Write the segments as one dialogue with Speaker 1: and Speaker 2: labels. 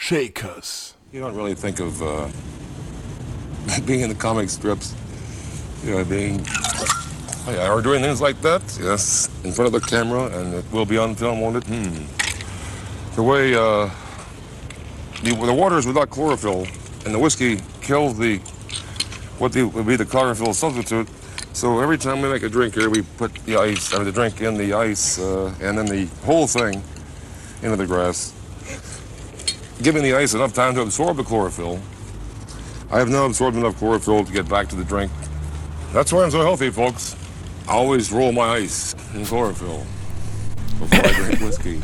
Speaker 1: Shakers.
Speaker 2: You don't really think of uh, being in the comic strips, you know, being yeah, or doing things like that. Yes, in front of the camera, and it will be on film, won't it? Hmm. The way uh, the, the water is without chlorophyll, and the whiskey kills the what the, would be the chlorophyll substitute. So every time we make a drink here, we put the ice, I mean, the drink in the ice, uh, and then the whole thing into the grass giving the ice enough time to absorb the chlorophyll. I have now absorbed enough chlorophyll to get back to the drink. That's why I'm so healthy, folks. I always roll my ice in chlorophyll before I drink whiskey.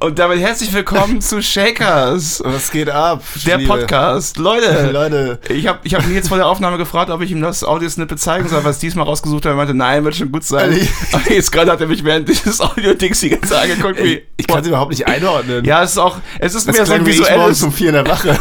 Speaker 3: Und damit herzlich willkommen zu Shakers,
Speaker 4: Was geht ab?
Speaker 3: der
Speaker 4: Schmiede?
Speaker 3: Podcast. Leute,
Speaker 4: Leute.
Speaker 3: ich habe ich hab ihn jetzt vor der Aufnahme gefragt, ob ich ihm das Audio-Snippet zeigen soll, was diesmal rausgesucht hat. Er meinte, nein, wird schon gut sein.
Speaker 4: Ehrlich?
Speaker 3: Aber jetzt gerade hat er mich während dieses Audio-Dings die ganze Zeit angeguckt, wie...
Speaker 4: Ich kann es überhaupt nicht einordnen.
Speaker 3: ja, es ist auch, es ist
Speaker 4: das
Speaker 3: mehr so ein
Speaker 4: klang wie ich morgens
Speaker 3: visuelles.
Speaker 4: um vier in der Wache.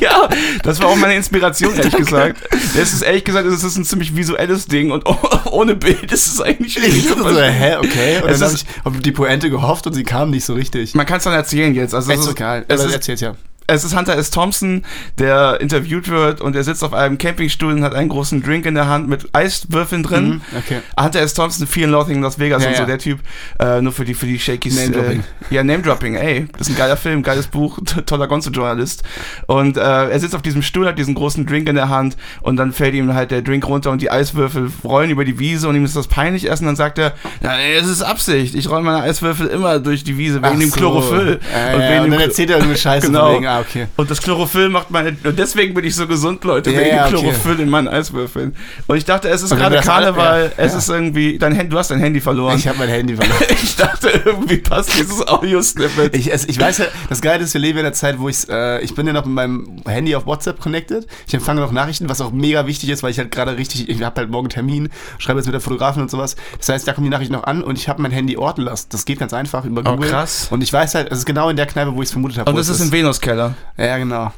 Speaker 3: ja, das war auch meine Inspiration, ehrlich gesagt. Es ist ehrlich gesagt, es ist ein ziemlich visuelles Ding und oh, ohne Bild ist es eigentlich
Speaker 4: ich
Speaker 3: schwierig. zu
Speaker 4: dachte so, hä, okay. Und
Speaker 3: Es
Speaker 4: dann habe
Speaker 3: ist-
Speaker 4: ich auf die Pointe gehofft und sie kam nicht so richtig.
Speaker 3: Man kann es dann erzählen jetzt. Also es, ist, es,
Speaker 4: Es
Speaker 3: ist,
Speaker 4: erzählt ja.
Speaker 3: es ist Hunter S. Thompson, der interviewt wird und er sitzt auf einem Campingstuhl und hat einen großen Drink in der Hand mit Eiswürfeln drin.
Speaker 4: Mhm, okay.
Speaker 3: Hunter S. Thompson, Fear and Loathing in Las Vegas
Speaker 4: Ja,
Speaker 3: und so
Speaker 4: ja.
Speaker 3: der Typ. Äh, nur für die, für die Shakies.
Speaker 4: Name-Dropping.
Speaker 3: Äh, ja, Name-Dropping, ey. Das ist ein geiler Film, geiles Buch, to- toller Gonzo-Journalist. Und äh, er sitzt auf diesem Stuhl, hat diesen großen Drink in der Hand und dann fällt ihm halt der Drink runter und die Eiswürfel rollen über die Wiese und ihm ist das peinlich erst und dann sagt er, na, ey, es ist Absicht, ich roll meine Eiswürfel immer durch die Wiese wegen
Speaker 4: Ach
Speaker 3: dem
Speaker 4: so.
Speaker 3: Chlorophyll.
Speaker 4: Ja,
Speaker 3: und
Speaker 4: ja,
Speaker 3: wegen
Speaker 4: und
Speaker 3: dem
Speaker 4: dann
Speaker 3: Chlo-
Speaker 4: erzählt er so eine Scheiße von
Speaker 3: Genau.
Speaker 4: wegen, ah, okay.
Speaker 3: Und das Chlorophyll macht meine. Und deswegen bin ich so gesund, Leute,
Speaker 4: Ja,
Speaker 3: wegen
Speaker 4: ja,
Speaker 3: dem
Speaker 4: okay.
Speaker 3: Chlorophyll in meinen Eiswürfeln. Und ich dachte, es ist
Speaker 4: Und wenn
Speaker 3: gerade
Speaker 4: wir das alle-
Speaker 3: Karneval,
Speaker 4: ja,
Speaker 3: es
Speaker 4: ja.
Speaker 3: ist irgendwie. Dein Handy, du hast dein Handy verloren.
Speaker 4: Ich habe mein Handy verloren.
Speaker 3: Ich dachte, irgendwie passt dieses Audio-Snippet.
Speaker 4: Ich, es, ich weiß ja, das Geile ist, wir leben in der Zeit, wo ich, äh, ich bin ja noch mit meinem Handy auf WhatsApp connected. Ich empfange noch Nachrichten, was auch mega wichtig ist, weil ich halt gerade richtig, ich habe halt morgen einen Termin, schreibe jetzt mit der Fotografin und sowas. Das heißt, da kommen die Nachrichten noch an und ich habe mein Handy orten lassen. Das geht ganz einfach über
Speaker 3: Oh,
Speaker 4: Google.
Speaker 3: krass.
Speaker 4: Und ich weiß halt, es ist genau in der Kneipe, wo ich es vermutet habe.
Speaker 3: Und
Speaker 4: wo
Speaker 3: das
Speaker 4: es
Speaker 3: ist im Venuskeller.
Speaker 4: Ja, genau.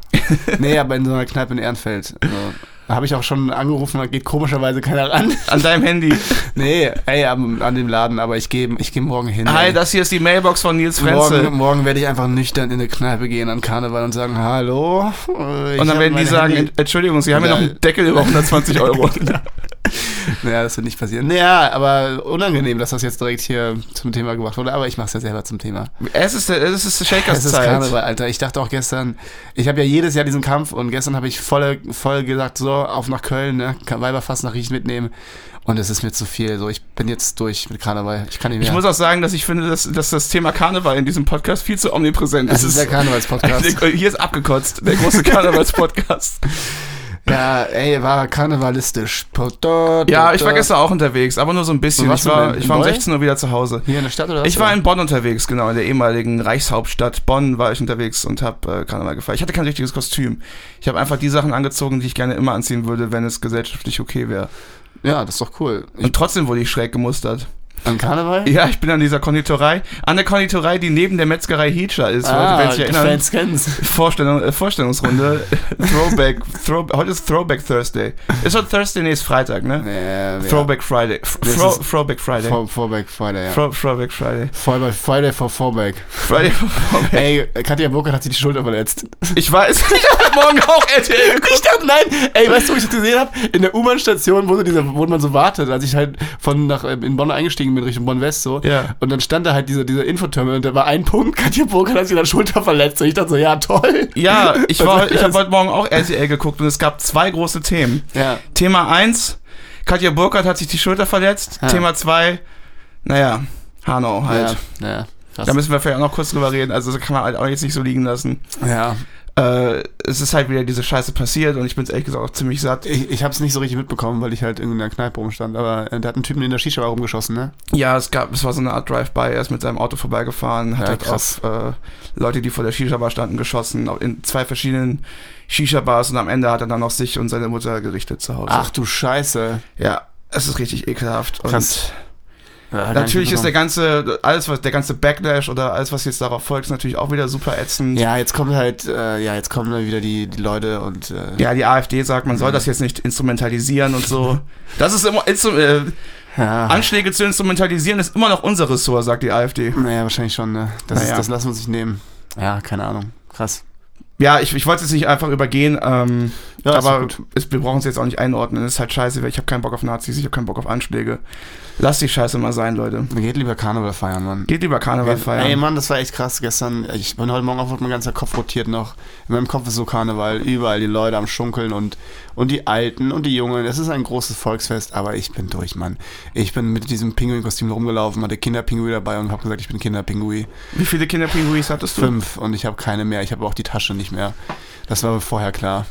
Speaker 4: nee, aber in so einer Kneipe in Ehrenfeld. Also, da habe ich auch schon angerufen, da geht komischerweise keiner ran.
Speaker 3: An deinem Handy.
Speaker 4: nee, ey, am- an dem Laden, aber ich gehe ich geh morgen hin.
Speaker 3: Hi,
Speaker 4: ey.
Speaker 3: das hier ist die Mailbox von Nils Frenzel.
Speaker 4: Morgen, um- morgen werde ich einfach nüchtern in eine Kneipe gehen an Karneval und sagen, hallo.
Speaker 3: Und dann werden die sagen, Ent- Entschuldigung, Sie haben ja noch
Speaker 4: Nein. Genau.
Speaker 3: einen Deckel über 120 Euro.
Speaker 4: naja, das wird nicht passieren. Naja, aber unangenehm, dass das jetzt direkt hier zum Thema gemacht wurde, aber ich mache es ja selber zum Thema.
Speaker 3: es ist, es ist
Speaker 4: Es ist
Speaker 3: Shakers-Zeit.
Speaker 4: Karneval, Alter. Ich dachte auch gestern, ich habe ja jedes Jahr diesen Kampf und gestern habe ich voll, voll gesagt, so, auf nach Köln, ne? Kann Weiberfass nach Riech mitnehmen. Und es ist mir zu viel. So, ich bin jetzt durch mit Karneval. Ich kann nicht mehr.
Speaker 3: Ich muss auch sagen, dass ich finde, dass, dass das Thema Karneval in diesem Podcast viel zu omnipräsent ist.
Speaker 4: es ist der Karnevalspodcast.
Speaker 3: Der, hier ist abgekotzt, der große Karnevals-Podcast.
Speaker 4: ja, ey, war karnevalistisch.
Speaker 3: ja, ich war gestern auch unterwegs, aber nur so ein bisschen.
Speaker 4: Wo
Speaker 3: Ich
Speaker 4: warst du
Speaker 3: war,
Speaker 4: denn?
Speaker 3: ich
Speaker 4: In
Speaker 3: war um
Speaker 4: Bonn?
Speaker 3: 16 Uhr wieder zu Hause.
Speaker 4: Hier in der Stadt oder was?
Speaker 3: Ich war in Bonn unterwegs, genau, in der ehemaligen Reichshauptstadt Bonn war ich unterwegs und habe äh, Karneval gefeiert. Ich hatte kein richtiges Kostüm. Ich habe einfach die Sachen angezogen, die ich gerne immer anziehen würde, wenn es gesellschaftlich okay wäre.
Speaker 4: Ja, das ist doch cool. Ich,
Speaker 3: Und trotzdem wurde ich schräg gemustert.
Speaker 4: an Karneval?
Speaker 3: Ja, ich bin an dieser Konditorei, an der Konditorei, die neben der Metzgerei Hietscher ist. Leute, wenn Sie sich erinnern.
Speaker 4: Ah, Fans kennen's.
Speaker 3: Vorstellung, äh, Vorstellungsrunde. Throwback. Throw, heute ist Throwback Thursday. Ist heute Thursday? Nee, ist Freitag, ne?
Speaker 4: Ja,
Speaker 3: Throwback Friday. F-
Speaker 4: Das
Speaker 3: Throw,
Speaker 4: ist-
Speaker 3: throwback Friday.
Speaker 4: Vor, Vorback Friday, ja.
Speaker 3: Throw, throwback Friday.
Speaker 4: Vorback Friday vor Vorback.
Speaker 3: Friday.
Speaker 4: Ey, Katja Burkhardt hat sich die Schulter verletzt.
Speaker 3: Ich weiß, ich hab heute Morgen auch RTL geguckt.
Speaker 4: Ich dachte, nein, ey, weißt du, wo ich das gesehen habe? In der U-Bahn-Station, wo, so dieser- wo man so wartet, als ich halt von nach, ähm, in Bonn eingestiegen bin, Richtung Bonn-West so.
Speaker 3: Ja.
Speaker 4: Und dann stand da halt dieser, dieser Infoterminal und da war ein Punkt, Katja Burkhardt hat sich in der Schulter verletzt. Und ich dachte so, ja, toll.
Speaker 3: Ja, ich,
Speaker 4: Was
Speaker 3: war,
Speaker 4: soll
Speaker 3: ich habe
Speaker 4: das?
Speaker 3: heute Morgen auch RTL geguckt und es gab zwei große Themen.
Speaker 4: Ja.
Speaker 3: Thema 1, Katja Burkhardt hat sich die Schulter verletzt.
Speaker 4: Ja.
Speaker 3: Thema 2, naja, Hanau halt.
Speaker 4: Ja, ja. krass.
Speaker 3: Da müssen wir vielleicht auch noch kurz drüber reden. Also das kann man halt auch jetzt nicht so liegen lassen.
Speaker 4: ja.
Speaker 3: äh, es ist halt wieder diese Scheiße passiert und ich bin ehrlich gesagt auch ziemlich satt.
Speaker 4: Ich, ich hab's nicht so richtig mitbekommen, weil ich halt in der Kneipe rumstand, aber äh, da hat ein Typen in der Shisha-Bar rumgeschossen, ne?
Speaker 3: Ja, es gab, es war so eine Art Drive-by, er ist mit seinem Auto vorbeigefahren, hat
Speaker 4: Ja,
Speaker 3: halt
Speaker 4: krass.
Speaker 3: auf äh, Leute, die vor der Shisha-Bar standen, geschossen, in zwei verschiedenen Shisha-Bars und am Ende hat er dann auf sich und seine Mutter gerichtet zu Hause.
Speaker 4: Ach du Scheiße.
Speaker 3: Ja, es ist richtig ekelhaft. Und
Speaker 4: Krass. Ja,
Speaker 3: Natürlich ist der
Speaker 4: der
Speaker 3: ganze, alles was, der ganze Backlash oder alles, was jetzt darauf folgt, ist natürlich auch wieder super ätzend.
Speaker 4: Ja, jetzt kommt halt, äh, ja, jetzt kommen dann wieder die, die Leute und äh,
Speaker 3: Ja, die AfD sagt, man soll das jetzt nicht instrumentalisieren und so. Das ist immer, Instru- äh,
Speaker 4: ja.
Speaker 3: Anschläge zu instrumentalisieren ist immer noch unser Ressort, sagt die AfD.
Speaker 4: Naja, wahrscheinlich schon, ne? Das,
Speaker 3: Naja.
Speaker 4: das lassen wir uns nicht nehmen. Ja, keine Ahnung. Krass.
Speaker 3: Ja, ich, ich wollte es nicht einfach übergehen, ähm,
Speaker 4: Ja, ist
Speaker 3: aber
Speaker 4: doch
Speaker 3: es, wir brauchen es jetzt auch nicht einordnen. Es ist halt scheiße, weil ich habe keinen Bock auf Nazis, ich habe keinen Bock auf Anschläge. Lasst die Scheiße mal sein, Leute.
Speaker 4: Man geht lieber Karneval feiern, Mann.
Speaker 3: Geht lieber Karneval feiern.
Speaker 4: Ey, Mann, das war echt krass gestern. Ich bin heute Morgen aufgewacht, mein ganzer Kopf rotiert noch. In meinem Kopf ist so Karneval, überall die Leute am Schunkeln und, und die Alten und die Jungen. Es ist ein großes Volksfest, aber ich bin durch, Mann. Ich bin mit diesem Pinguin-Kostüm rumgelaufen, hatte Kinderpinguin dabei und habe gesagt, ich bin Kinderpinguin.
Speaker 3: Wie viele Kinderpinguis hattest du?
Speaker 4: Fünf und ich habe keine mehr. Ich habe auch die Tasche nicht mehr. Das war mir vorher klar.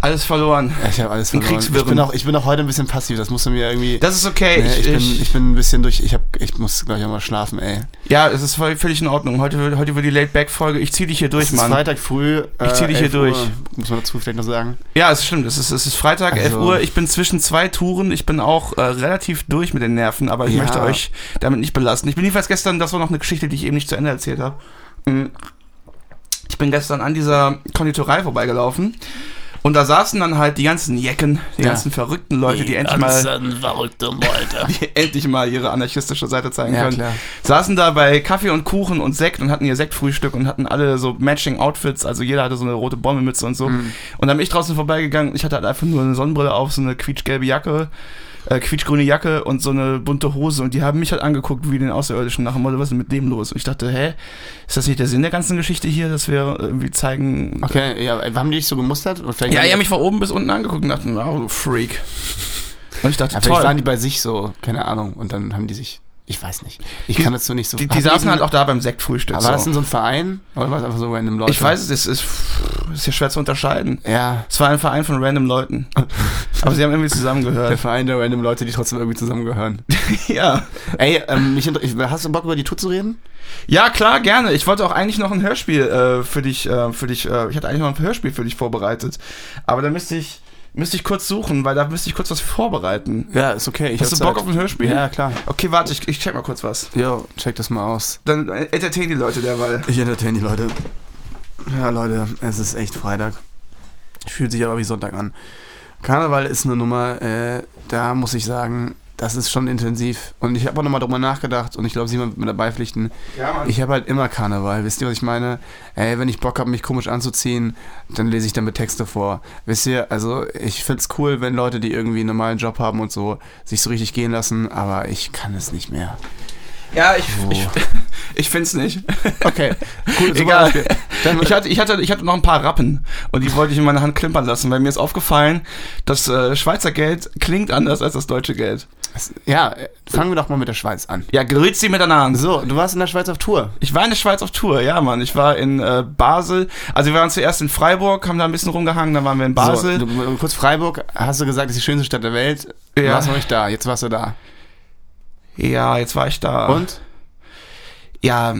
Speaker 3: Alles verloren.
Speaker 4: Ich habe alles
Speaker 3: Ein
Speaker 4: verloren. Ich
Speaker 3: Kriegswirren.
Speaker 4: bin, auch, ich bin auch heute ein bisschen passiv, das musst du mir irgendwie...
Speaker 3: Das ist okay.
Speaker 4: Nee,
Speaker 3: ich,
Speaker 4: Ne, ich,
Speaker 3: ich-
Speaker 4: bin, ich bin ein bisschen durch. Ich, hab, ich muss gleich auch mal schlafen, ey.
Speaker 3: ja, es ist voll, völlig in Ordnung. Heute, wird- heute wird die Late-Back-Folge. Ich zieh dich hier durch,
Speaker 4: Es ist
Speaker 3: Mann.
Speaker 4: Freitag früh.
Speaker 3: Ich zieh dich
Speaker 4: 11
Speaker 3: hier durch.
Speaker 4: Uhr, muss man dazu vielleicht noch sagen.
Speaker 3: Ja, es stimmt. Es ist, es ist Freitag, 11
Speaker 4: Also-
Speaker 3: Uhr. Ich bin zwischen zwei Touren. Ich bin auch äh, relativ durch mit den Nerven, aber ich
Speaker 4: Ja.
Speaker 3: möchte euch damit nicht belasten. Ich bin jedenfalls gestern, das war noch eine Geschichte, die ich eben nicht zu Ende erzählt habe. Mm. Ich bin gestern an dieser Konditorei vorbeigelaufen. Und da saßen dann halt die ganzen Jecken, die
Speaker 4: Ja.
Speaker 3: ganzen verrückten Leute, die endlich, mal,
Speaker 1: verrückte Leute.
Speaker 3: die endlich mal ihre anarchistische Seite zeigen können.
Speaker 4: klar.
Speaker 3: Saßen da bei Kaffee und Kuchen und Sekt und hatten ihr Sektfrühstück und hatten alle so matching Outfits, also jeder hatte so eine rote Bommelmütze und so.
Speaker 4: Mhm.
Speaker 3: Und dann bin ich draußen vorbeigegangen, ich hatte halt einfach nur eine Sonnenbrille auf, so eine quietschgelbe Jacke, äh, quietschgrüne Jacke und so eine bunte Hose und die haben mich halt angeguckt wie den Außerirdischen nach dem Motto, was ist denn mit dem los? Und ich dachte, hä, ist das nicht der Sinn der ganzen Geschichte hier, dass wir irgendwie zeigen...
Speaker 4: Okay, ja, ey, haben die dich so gemustert? Oder vielleicht
Speaker 3: Ja,
Speaker 4: haben
Speaker 3: die
Speaker 4: die-
Speaker 3: haben mich von oben bis unten angeguckt und dachten, oh, du Freak. Und ich dachte,
Speaker 4: Ja, vielleicht
Speaker 3: toll.
Speaker 4: waren die bei sich so, keine Ahnung. Und dann haben die sich. Ich weiß nicht. Ich
Speaker 3: Die-
Speaker 4: kann dazu nicht so.
Speaker 3: die, die
Speaker 4: Hatten
Speaker 3: saßen
Speaker 4: so-
Speaker 3: halt auch da beim Sektfrühstück.
Speaker 4: Aber war das
Speaker 3: so.
Speaker 4: in so einem Verein? Oder war das einfach so random Leute?
Speaker 3: Ich weiß es, es ist, ist ja schwer zu unterscheiden.
Speaker 4: Ja.
Speaker 3: Es war ein Verein von random Leuten. Aber sie haben irgendwie
Speaker 4: Der
Speaker 3: zusammengehört.
Speaker 4: Verein der random Leute, die trotzdem irgendwie zusammengehören.
Speaker 3: ja.
Speaker 4: Ey, ähm, mich inter- ich- hast du Bock über die Tour zu reden?
Speaker 3: Ja, klar, gerne. Ich wollte auch eigentlich noch ein Hörspiel äh, für dich, äh, für dich, äh, ich hatte eigentlich noch ein Hörspiel für dich vorbereitet. Aber da müsste ich, müsste ich kurz suchen, weil da müsste ich kurz was vorbereiten.
Speaker 4: Ja, ist okay. Ich halt
Speaker 3: Hast du Bock auf ein Hörspiel?
Speaker 4: Ja, klar.
Speaker 3: Okay, warte, ich, ich check mal kurz was.
Speaker 4: Jo, check das mal aus.
Speaker 3: Dann entertain die Leute derweil.
Speaker 4: Ich entertain die Leute. Ja, Leute, es ist echt Freitag. Fühlt sich aber wie Sonntag an. Karneval ist eine Nummer, äh, da muss ich sagen, das ist schon intensiv. Und ich habe auch nochmal drüber nachgedacht und ich glaube, Simon wird mir dabei pflichten.
Speaker 3: Ja, Mann.
Speaker 4: Ich habe halt immer Karneval, wisst ihr, was ich meine? Ey, wenn ich Bock habe, mich komisch anzuziehen, dann lese ich damit Texte vor. Wisst ihr, also ich find's cool, wenn Leute, die irgendwie einen normalen Job haben und so, sich so richtig gehen lassen, aber ich kann es nicht mehr.
Speaker 3: ja, ich, ich, ich find's nicht.
Speaker 4: Okay, cool,
Speaker 3: Egal.
Speaker 4: Beispiel. Dann,
Speaker 3: Ich hatte, ich, hatte, ich hatte noch ein paar Rappen und die wollte ich in meiner Hand klimpern lassen, weil mir ist aufgefallen, das äh, Schweizer Geld klingt anders als das deutsche Geld.
Speaker 4: Das- Ja, äh, fangen wir doch mal mit der Schweiz an.
Speaker 3: Ja, grüezi miteinander.
Speaker 4: So, du warst in der Schweiz auf Tour.
Speaker 3: Ich war in der Schweiz auf Tour, ja, Mann. Ich war in äh, Basel. Also wir waren zuerst in Freiburg, haben da ein bisschen rumgehangen, dann waren wir in Basel.
Speaker 4: So, du, äh, kurz Freiburg, hast du gesagt, ist die schönste Stadt der Welt. Du
Speaker 3: Ja.
Speaker 4: warst noch nicht da, jetzt warst du da.
Speaker 3: ja, jetzt war ich da.
Speaker 4: Und?
Speaker 3: Ja,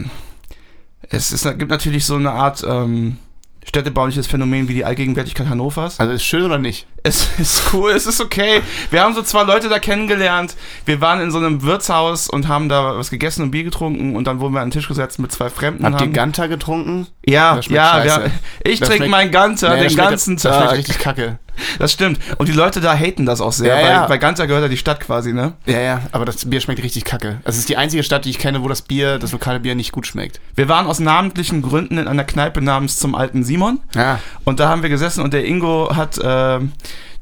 Speaker 3: es ist, gibt natürlich so eine Art ähm, städtebauliches Phänomen wie die Allgegenwärtigkeit Hannovers.
Speaker 4: Also ist schön oder nicht?
Speaker 3: Es ist cool, es ist okay. Wir haben so zwei Leute da kennengelernt. Wir waren in so einem Wirtshaus und haben da was gegessen und Bier getrunken und dann wurden wir an den Tisch gesetzt mit zwei Fremden.
Speaker 4: Habt ihr
Speaker 3: haben,
Speaker 4: Ganta getrunken?
Speaker 3: ja,
Speaker 4: Das schmeckt
Speaker 3: ja, wir,
Speaker 4: scheiße.
Speaker 3: ich
Speaker 4: Das
Speaker 3: trinke
Speaker 4: schmeckt-
Speaker 3: meinen Ganter
Speaker 4: Nee, das
Speaker 3: den
Speaker 4: schmeckt-
Speaker 3: ganzen
Speaker 4: Das schmeckt
Speaker 3: Tag.
Speaker 4: richtig kacke.
Speaker 3: Das stimmt. Und die Leute da haten das auch sehr,
Speaker 4: Ja,
Speaker 3: weil,
Speaker 4: ja.
Speaker 3: weil Ganter gehört ja die Stadt quasi, ne?
Speaker 4: Ja, ja, aber das Bier schmeckt richtig kacke. Es ist die einzige Stadt, die ich kenne, wo das Bier, das lokale Bier nicht gut schmeckt.
Speaker 3: Wir waren aus namentlichen Gründen in einer Kneipe namens zum alten Simon.
Speaker 4: Ja.
Speaker 3: Und da haben wir gesessen und der Ingo hat äh,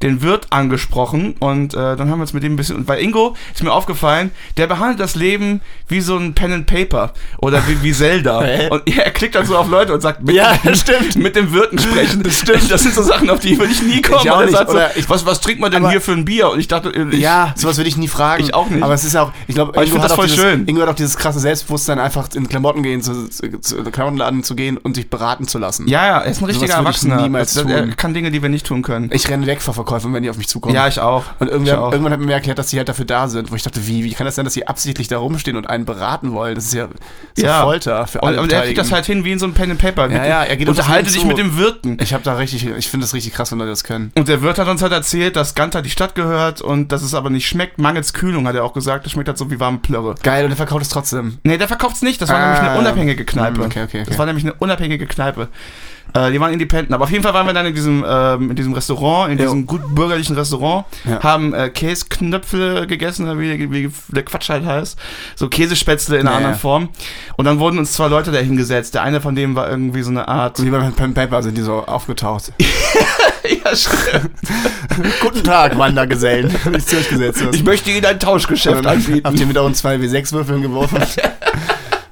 Speaker 3: den Wirt angesprochen und äh, dann haben wir uns mit dem ein bisschen. Und bei Ingo ist mir aufgefallen, der behandelt das Leben wie so ein Pen and Paper oder wie, wie Zelda.
Speaker 4: Hä?
Speaker 3: und er klickt dann so auf Leute und sagt, mit,
Speaker 4: Ja, stimmt.
Speaker 3: mit dem Wirten sprechen. Das stimmt. Das sind so Sachen, auf die würde ich nie kommen.
Speaker 4: Ich auch
Speaker 3: Und er
Speaker 4: nicht,
Speaker 3: sagt so,
Speaker 4: oder ich-
Speaker 3: was, was trinkt man denn
Speaker 4: Aber-
Speaker 3: hier für ein Bier? Und ich dachte, äh, ich,
Speaker 4: Ja, sowas würde ich nie fragen.
Speaker 3: Ich auch nicht.
Speaker 4: Aber es ist auch, ich glaube,
Speaker 3: Aber ich find das voll
Speaker 4: dieses,
Speaker 3: schön.
Speaker 4: Ingo hat auch dieses krasse Selbstbewusstsein, einfach in Klamotten gehen, zu, zu, zu Klamottenladen zu gehen und sich beraten zu lassen.
Speaker 3: ja, ja, er ist ein
Speaker 4: Sowas
Speaker 3: richtiger
Speaker 4: würde ich
Speaker 3: Erwachsener.
Speaker 4: niemals
Speaker 3: Das- er
Speaker 4: tun.
Speaker 3: kann Dinge, die wir nicht tun können.
Speaker 4: Ich renne weg vor Verkäufern, wenn die auf mich zukommen.
Speaker 3: Ja, ich auch.
Speaker 4: und
Speaker 3: ich
Speaker 4: irgendwann,
Speaker 3: auch.
Speaker 4: irgendwann hat man mir erklärt, dass die halt dafür da sind, wo ich dachte, wie, wie kann das sein, dass sie absichtlich da rumstehen und einen beraten wollen? Das ist ja, so
Speaker 3: Ja.
Speaker 4: Folter für
Speaker 3: Und,
Speaker 4: alle.
Speaker 3: und er kriegt das
Speaker 4: Beteiligten.
Speaker 3: halt hin wie in so einem Pen and Paper.
Speaker 4: Ja, ja, er geht auf das
Speaker 3: Unterhalte
Speaker 4: Leben
Speaker 3: dich
Speaker 4: zu.
Speaker 3: mit dem Wirten.
Speaker 4: Ich habe da richtig, ich finde das richtig krass, wenn Leute das können.
Speaker 3: Und der Wirt hat uns halt erzählt, dass Ganter die Stadt gehört und dass es aber nicht schmeckt. Mangels Kühlung hat er auch gesagt. Das schmeckt halt so wie warme Plörre.
Speaker 4: Geil, und er verkauft es trotzdem.
Speaker 3: Nee, der verkauft's nicht. Das war nämlich eine
Speaker 4: Ah.
Speaker 3: unabhängige Kneipe.
Speaker 4: Okay, okay, okay.
Speaker 3: Das war nämlich eine unabhängige Kneipe. Äh, die waren independent. Aber auf jeden Fall waren wir dann in diesem, ähm, in diesem Restaurant, in diesem gut bürgerlichen Restaurant,
Speaker 4: Ja.
Speaker 3: haben äh, Käseknöpfe gegessen, oder wie, wie der Quatsch halt heißt. So Käsespätzle in einer
Speaker 4: Ja,
Speaker 3: anderen
Speaker 4: ja.
Speaker 3: Form. Und dann wurden uns zwei Leute dahin gesetzt. Der eine von denen war irgendwie so eine Art.
Speaker 4: Wie bei Pen Paper sind die so aufgetaucht.
Speaker 3: ja, stimmt.
Speaker 4: Guten Tag, Wandergesellen. Nicht durchgesetzt.
Speaker 3: ich möchte Ihnen ein Tauschgeschäft anbieten.
Speaker 4: Habt ihr mit euren 2W6-Würfeln geworfen?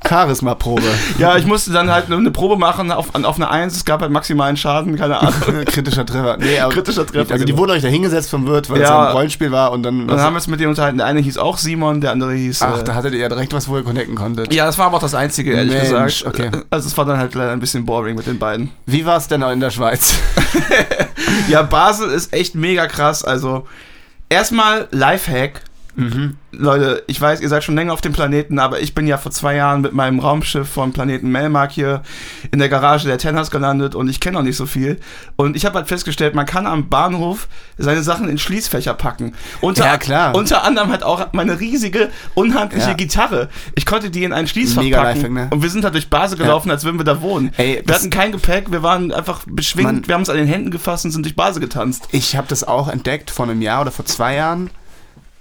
Speaker 4: Charisma-Probe.
Speaker 3: Ja, ich musste dann halt eine Probe machen auf, auf eine Eins. Es gab halt maximalen Schaden, keine Ahnung.
Speaker 4: Kritischer Treffer. Nee, aber
Speaker 3: Kritischer Treffer,
Speaker 4: Also die
Speaker 3: genau.
Speaker 4: wurden euch da hingesetzt vom Wirt, weil es
Speaker 3: Ja.
Speaker 4: ein Rollenspiel war und dann.
Speaker 3: Und dann haben wir uns mit dem unterhalten. Der eine hieß auch Simon, der andere hieß.
Speaker 4: Also ach,
Speaker 3: äh,
Speaker 4: da hattet ihr ja direkt was, wo ihr connecten konntet.
Speaker 3: ja, das war aber auch das Einzige, ehrlich
Speaker 4: Mensch,
Speaker 3: gesagt.
Speaker 4: okay.
Speaker 3: Also es war dann halt leider ein bisschen boring mit den beiden.
Speaker 4: Wie war es denn in der Schweiz?
Speaker 3: Ja, Basel ist echt mega krass. Also erstmal Lifehack.
Speaker 4: Mhm.
Speaker 3: Leute, ich weiß, ihr seid schon länger auf dem Planeten, aber ich bin ja vor zwei Jahren mit meinem Raumschiff vom Planeten Melmark hier in der Garage der Tenners gelandet und ich kenne noch nicht so viel. Und ich habe halt festgestellt, man kann am Bahnhof seine Sachen in Schließfächer packen. Unter,
Speaker 4: Ja, klar.
Speaker 3: Unter anderem halt auch meine riesige, unhandliche
Speaker 4: Ja.
Speaker 3: Gitarre. Ich konnte die in ein Schließfach
Speaker 4: Mega
Speaker 3: packen.
Speaker 4: Lifehack, ne?
Speaker 3: Und wir sind halt durch Basel gelaufen, als würden wir da wohnen.
Speaker 4: Ey,
Speaker 3: wir
Speaker 4: das-
Speaker 3: hatten kein Gepäck, wir waren einfach beschwingt,
Speaker 4: Mann.
Speaker 3: wir haben uns an den Händen gefasst und sind durch Basel getanzt.
Speaker 4: Ich habe das auch entdeckt vor einem Jahr oder vor zwei Jahren.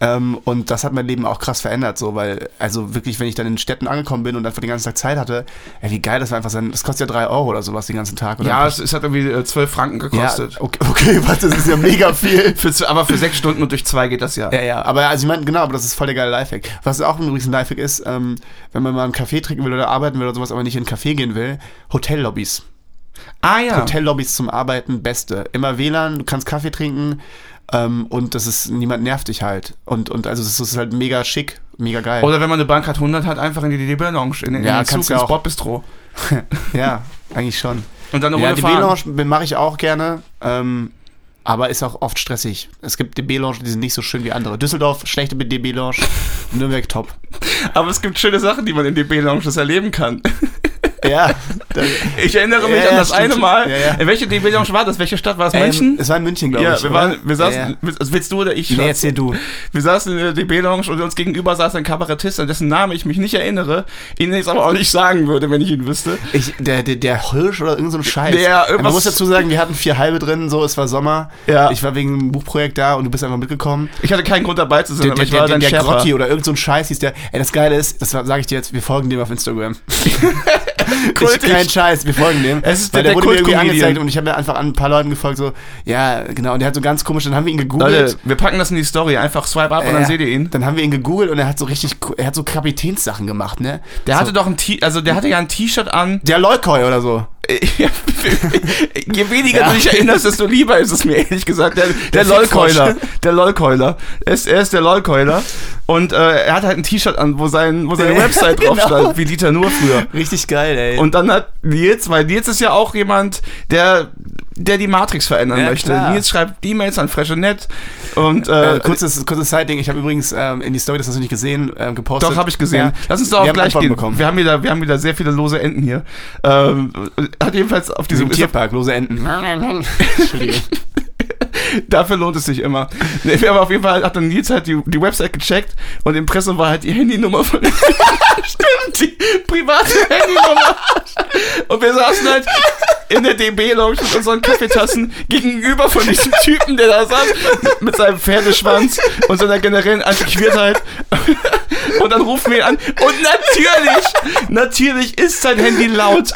Speaker 4: Ähm, und das hat mein Leben auch krass verändert, so, weil, also wirklich, wenn ich dann in Städten angekommen bin und einfach den ganzen Tag Zeit hatte, ey, wie geil das war einfach sein. Das kostet ja drei Euro oder sowas den ganzen Tag. Oder
Speaker 3: Ja, es, es hat irgendwie äh, 12 Franken
Speaker 4: ja
Speaker 3: gekostet.
Speaker 4: okay, okay, was, das ist ja mega viel.
Speaker 3: Für, z- aber für sechs Stunden und durch zwei geht das ja.
Speaker 4: Ja, ja, aber also ich meine, genau, aber das ist voll der geile Lifehack. Was auch übrigens ein Lifehack ist, ähm, wenn man mal einen Kaffee trinken will oder arbeiten will oder sowas, aber nicht in einen Kaffee gehen will, Hotellobbys.
Speaker 3: Ah ja.
Speaker 4: Hotellobbys zum Arbeiten, beste. Immer WLAN, du kannst Kaffee trinken ähm, und das ist, niemand nervt dich halt. Und, und also das ist halt mega schick, mega geil.
Speaker 3: Oder wenn man eine Bank hat 100 hat, einfach in die DB Lounge, in, den- in
Speaker 4: Ja,
Speaker 3: den Zug,
Speaker 4: kannst ja
Speaker 3: ins
Speaker 4: auch.
Speaker 3: Bordbistro.
Speaker 4: ja, eigentlich schon.
Speaker 3: Und dann eine
Speaker 4: Ja,
Speaker 3: Runde
Speaker 4: die
Speaker 3: fahren.
Speaker 4: B-Lounge mache ich auch gerne, ähm, aber ist auch oft stressig. Es gibt DB-Lounge, die sind nicht so schön wie andere. Düsseldorf, schlechte DB-Lounge, Nürnberg top.
Speaker 3: Aber es gibt schöne Sachen, die man in DB Lounges erleben kann.
Speaker 4: Ja, da,
Speaker 3: Ich erinnere mich
Speaker 4: Ja, ja,
Speaker 3: an das
Speaker 4: stimmt,
Speaker 3: eine
Speaker 4: stimmt.
Speaker 3: Mal.
Speaker 4: Ja, ja.
Speaker 3: In welche DB Lounge war das? Welche Stadt war es?
Speaker 4: Ähm,
Speaker 3: München?
Speaker 4: es war in München, glaube ich.
Speaker 3: ja, wir, waren,
Speaker 4: oder?
Speaker 3: wir saßen,
Speaker 4: Ja, ja.
Speaker 3: willst- Also willst du oder ich?
Speaker 4: Nee,
Speaker 3: Schatz?
Speaker 4: jetzt hier du.
Speaker 3: Wir saßen in der DB-Lounge und uns gegenüber saß ein Kabarettist, an dessen Name ich mich nicht erinnere, ihn jetzt aber auch nicht sagen würde, wenn ich ihn wüsste.
Speaker 4: Ich, der, der, der Hirsch oder irgend so ein Scheiß.
Speaker 3: Der,
Speaker 4: Man
Speaker 3: irgendwas-
Speaker 4: muss dazu sagen, wir hatten vier halbe drin, so, es war Sommer.
Speaker 3: Ja.
Speaker 4: Ich war wegen einem Buchprojekt da und du bist einfach mitgekommen.
Speaker 3: Ich hatte keinen Grund dabei zu sein,
Speaker 4: Der,
Speaker 3: aber
Speaker 4: der,
Speaker 3: ich war
Speaker 4: der, der,
Speaker 3: dann
Speaker 4: der
Speaker 3: Schärfer.
Speaker 4: Grotti oder irgend so ein Scheiß hieß der. Ey, das Geile ist, das sage ich dir jetzt, wir folgen dem auf Instagram. ich,
Speaker 3: Kultig.
Speaker 4: kein Scheiß, wir folgen dem.
Speaker 3: Es ist
Speaker 4: Weil
Speaker 3: der- der
Speaker 4: der, wurde mir irgendwie
Speaker 3: Kultkomedian.
Speaker 4: angezeigt und ich habe einfach an ein paar Leuten gefolgt, so, ja, genau. Und der hat so ganz komisch, dann haben wir ihn gegoogelt.
Speaker 3: Leute, wir packen das in die Story. Einfach swipe ab und dann
Speaker 4: Ja.
Speaker 3: seht ihr ihn.
Speaker 4: Dann haben wir ihn gegoogelt und er hat so richtig, er hat so Kapitänssachen gemacht, ne?
Speaker 3: Der
Speaker 4: so,
Speaker 3: hatte doch ein T, also der hatte ja ein T-Shirt an.
Speaker 4: Der Leukoi oder so.
Speaker 3: Je weniger
Speaker 4: Ja.
Speaker 3: du dich erinnerst, desto lieber ist es mir, ehrlich gesagt. Der, der,
Speaker 4: Der Fickfrosch.
Speaker 3: LOL-Keuler. Der LOL-Keuler. Er ist, er ist der LOL-Keuler. Und äh, er hat halt ein T-Shirt an, wo, sein, wo seine
Speaker 4: Ja,
Speaker 3: Website
Speaker 4: genau.
Speaker 3: drauf stand, wie Dieter nur früher.
Speaker 4: Richtig geil, ey.
Speaker 3: Und dann hat Nils, weil Nils ist ja auch jemand, der, der die Matrix verändern
Speaker 4: Ja,
Speaker 3: möchte.
Speaker 4: klar.
Speaker 3: Nils schreibt E-Mails an Freshenet und äh,
Speaker 4: Äh, kurzes kurzes Side-Ding, ich habe übrigens ähm, in die Story, das hast du nicht gesehen, ähm, gepostet.
Speaker 3: doch, habe ich gesehen.
Speaker 4: Ja.
Speaker 3: Lass uns doch
Speaker 4: Wir
Speaker 3: auch
Speaker 4: haben
Speaker 3: gleich
Speaker 4: Antworten
Speaker 3: gehen.
Speaker 4: bekommen.
Speaker 3: Wir haben, wieder, wir haben wieder sehr viele lose Enden hier. Ähm, hat jedenfalls auf diesem...
Speaker 4: Diesem
Speaker 3: Ist auf,
Speaker 4: Tierpark, lose Enten. Entschuldigung.
Speaker 3: dafür lohnt es sich immer. Nee, wir haben auf jeden Fall, hat dann Nils halt die, die Website gecheckt und im Impressum war halt die Handynummer von... Stimmt, die private Handynummer. Und wir saßen halt in der DB-Lounge mit unseren Kaffeetassen gegenüber von diesem Typen, der da saß, mit seinem Pferdeschwanz und seiner generellen Antiquiertheit. Und dann rufen wir ihn an. Und natürlich, natürlich ist sein Handy laut.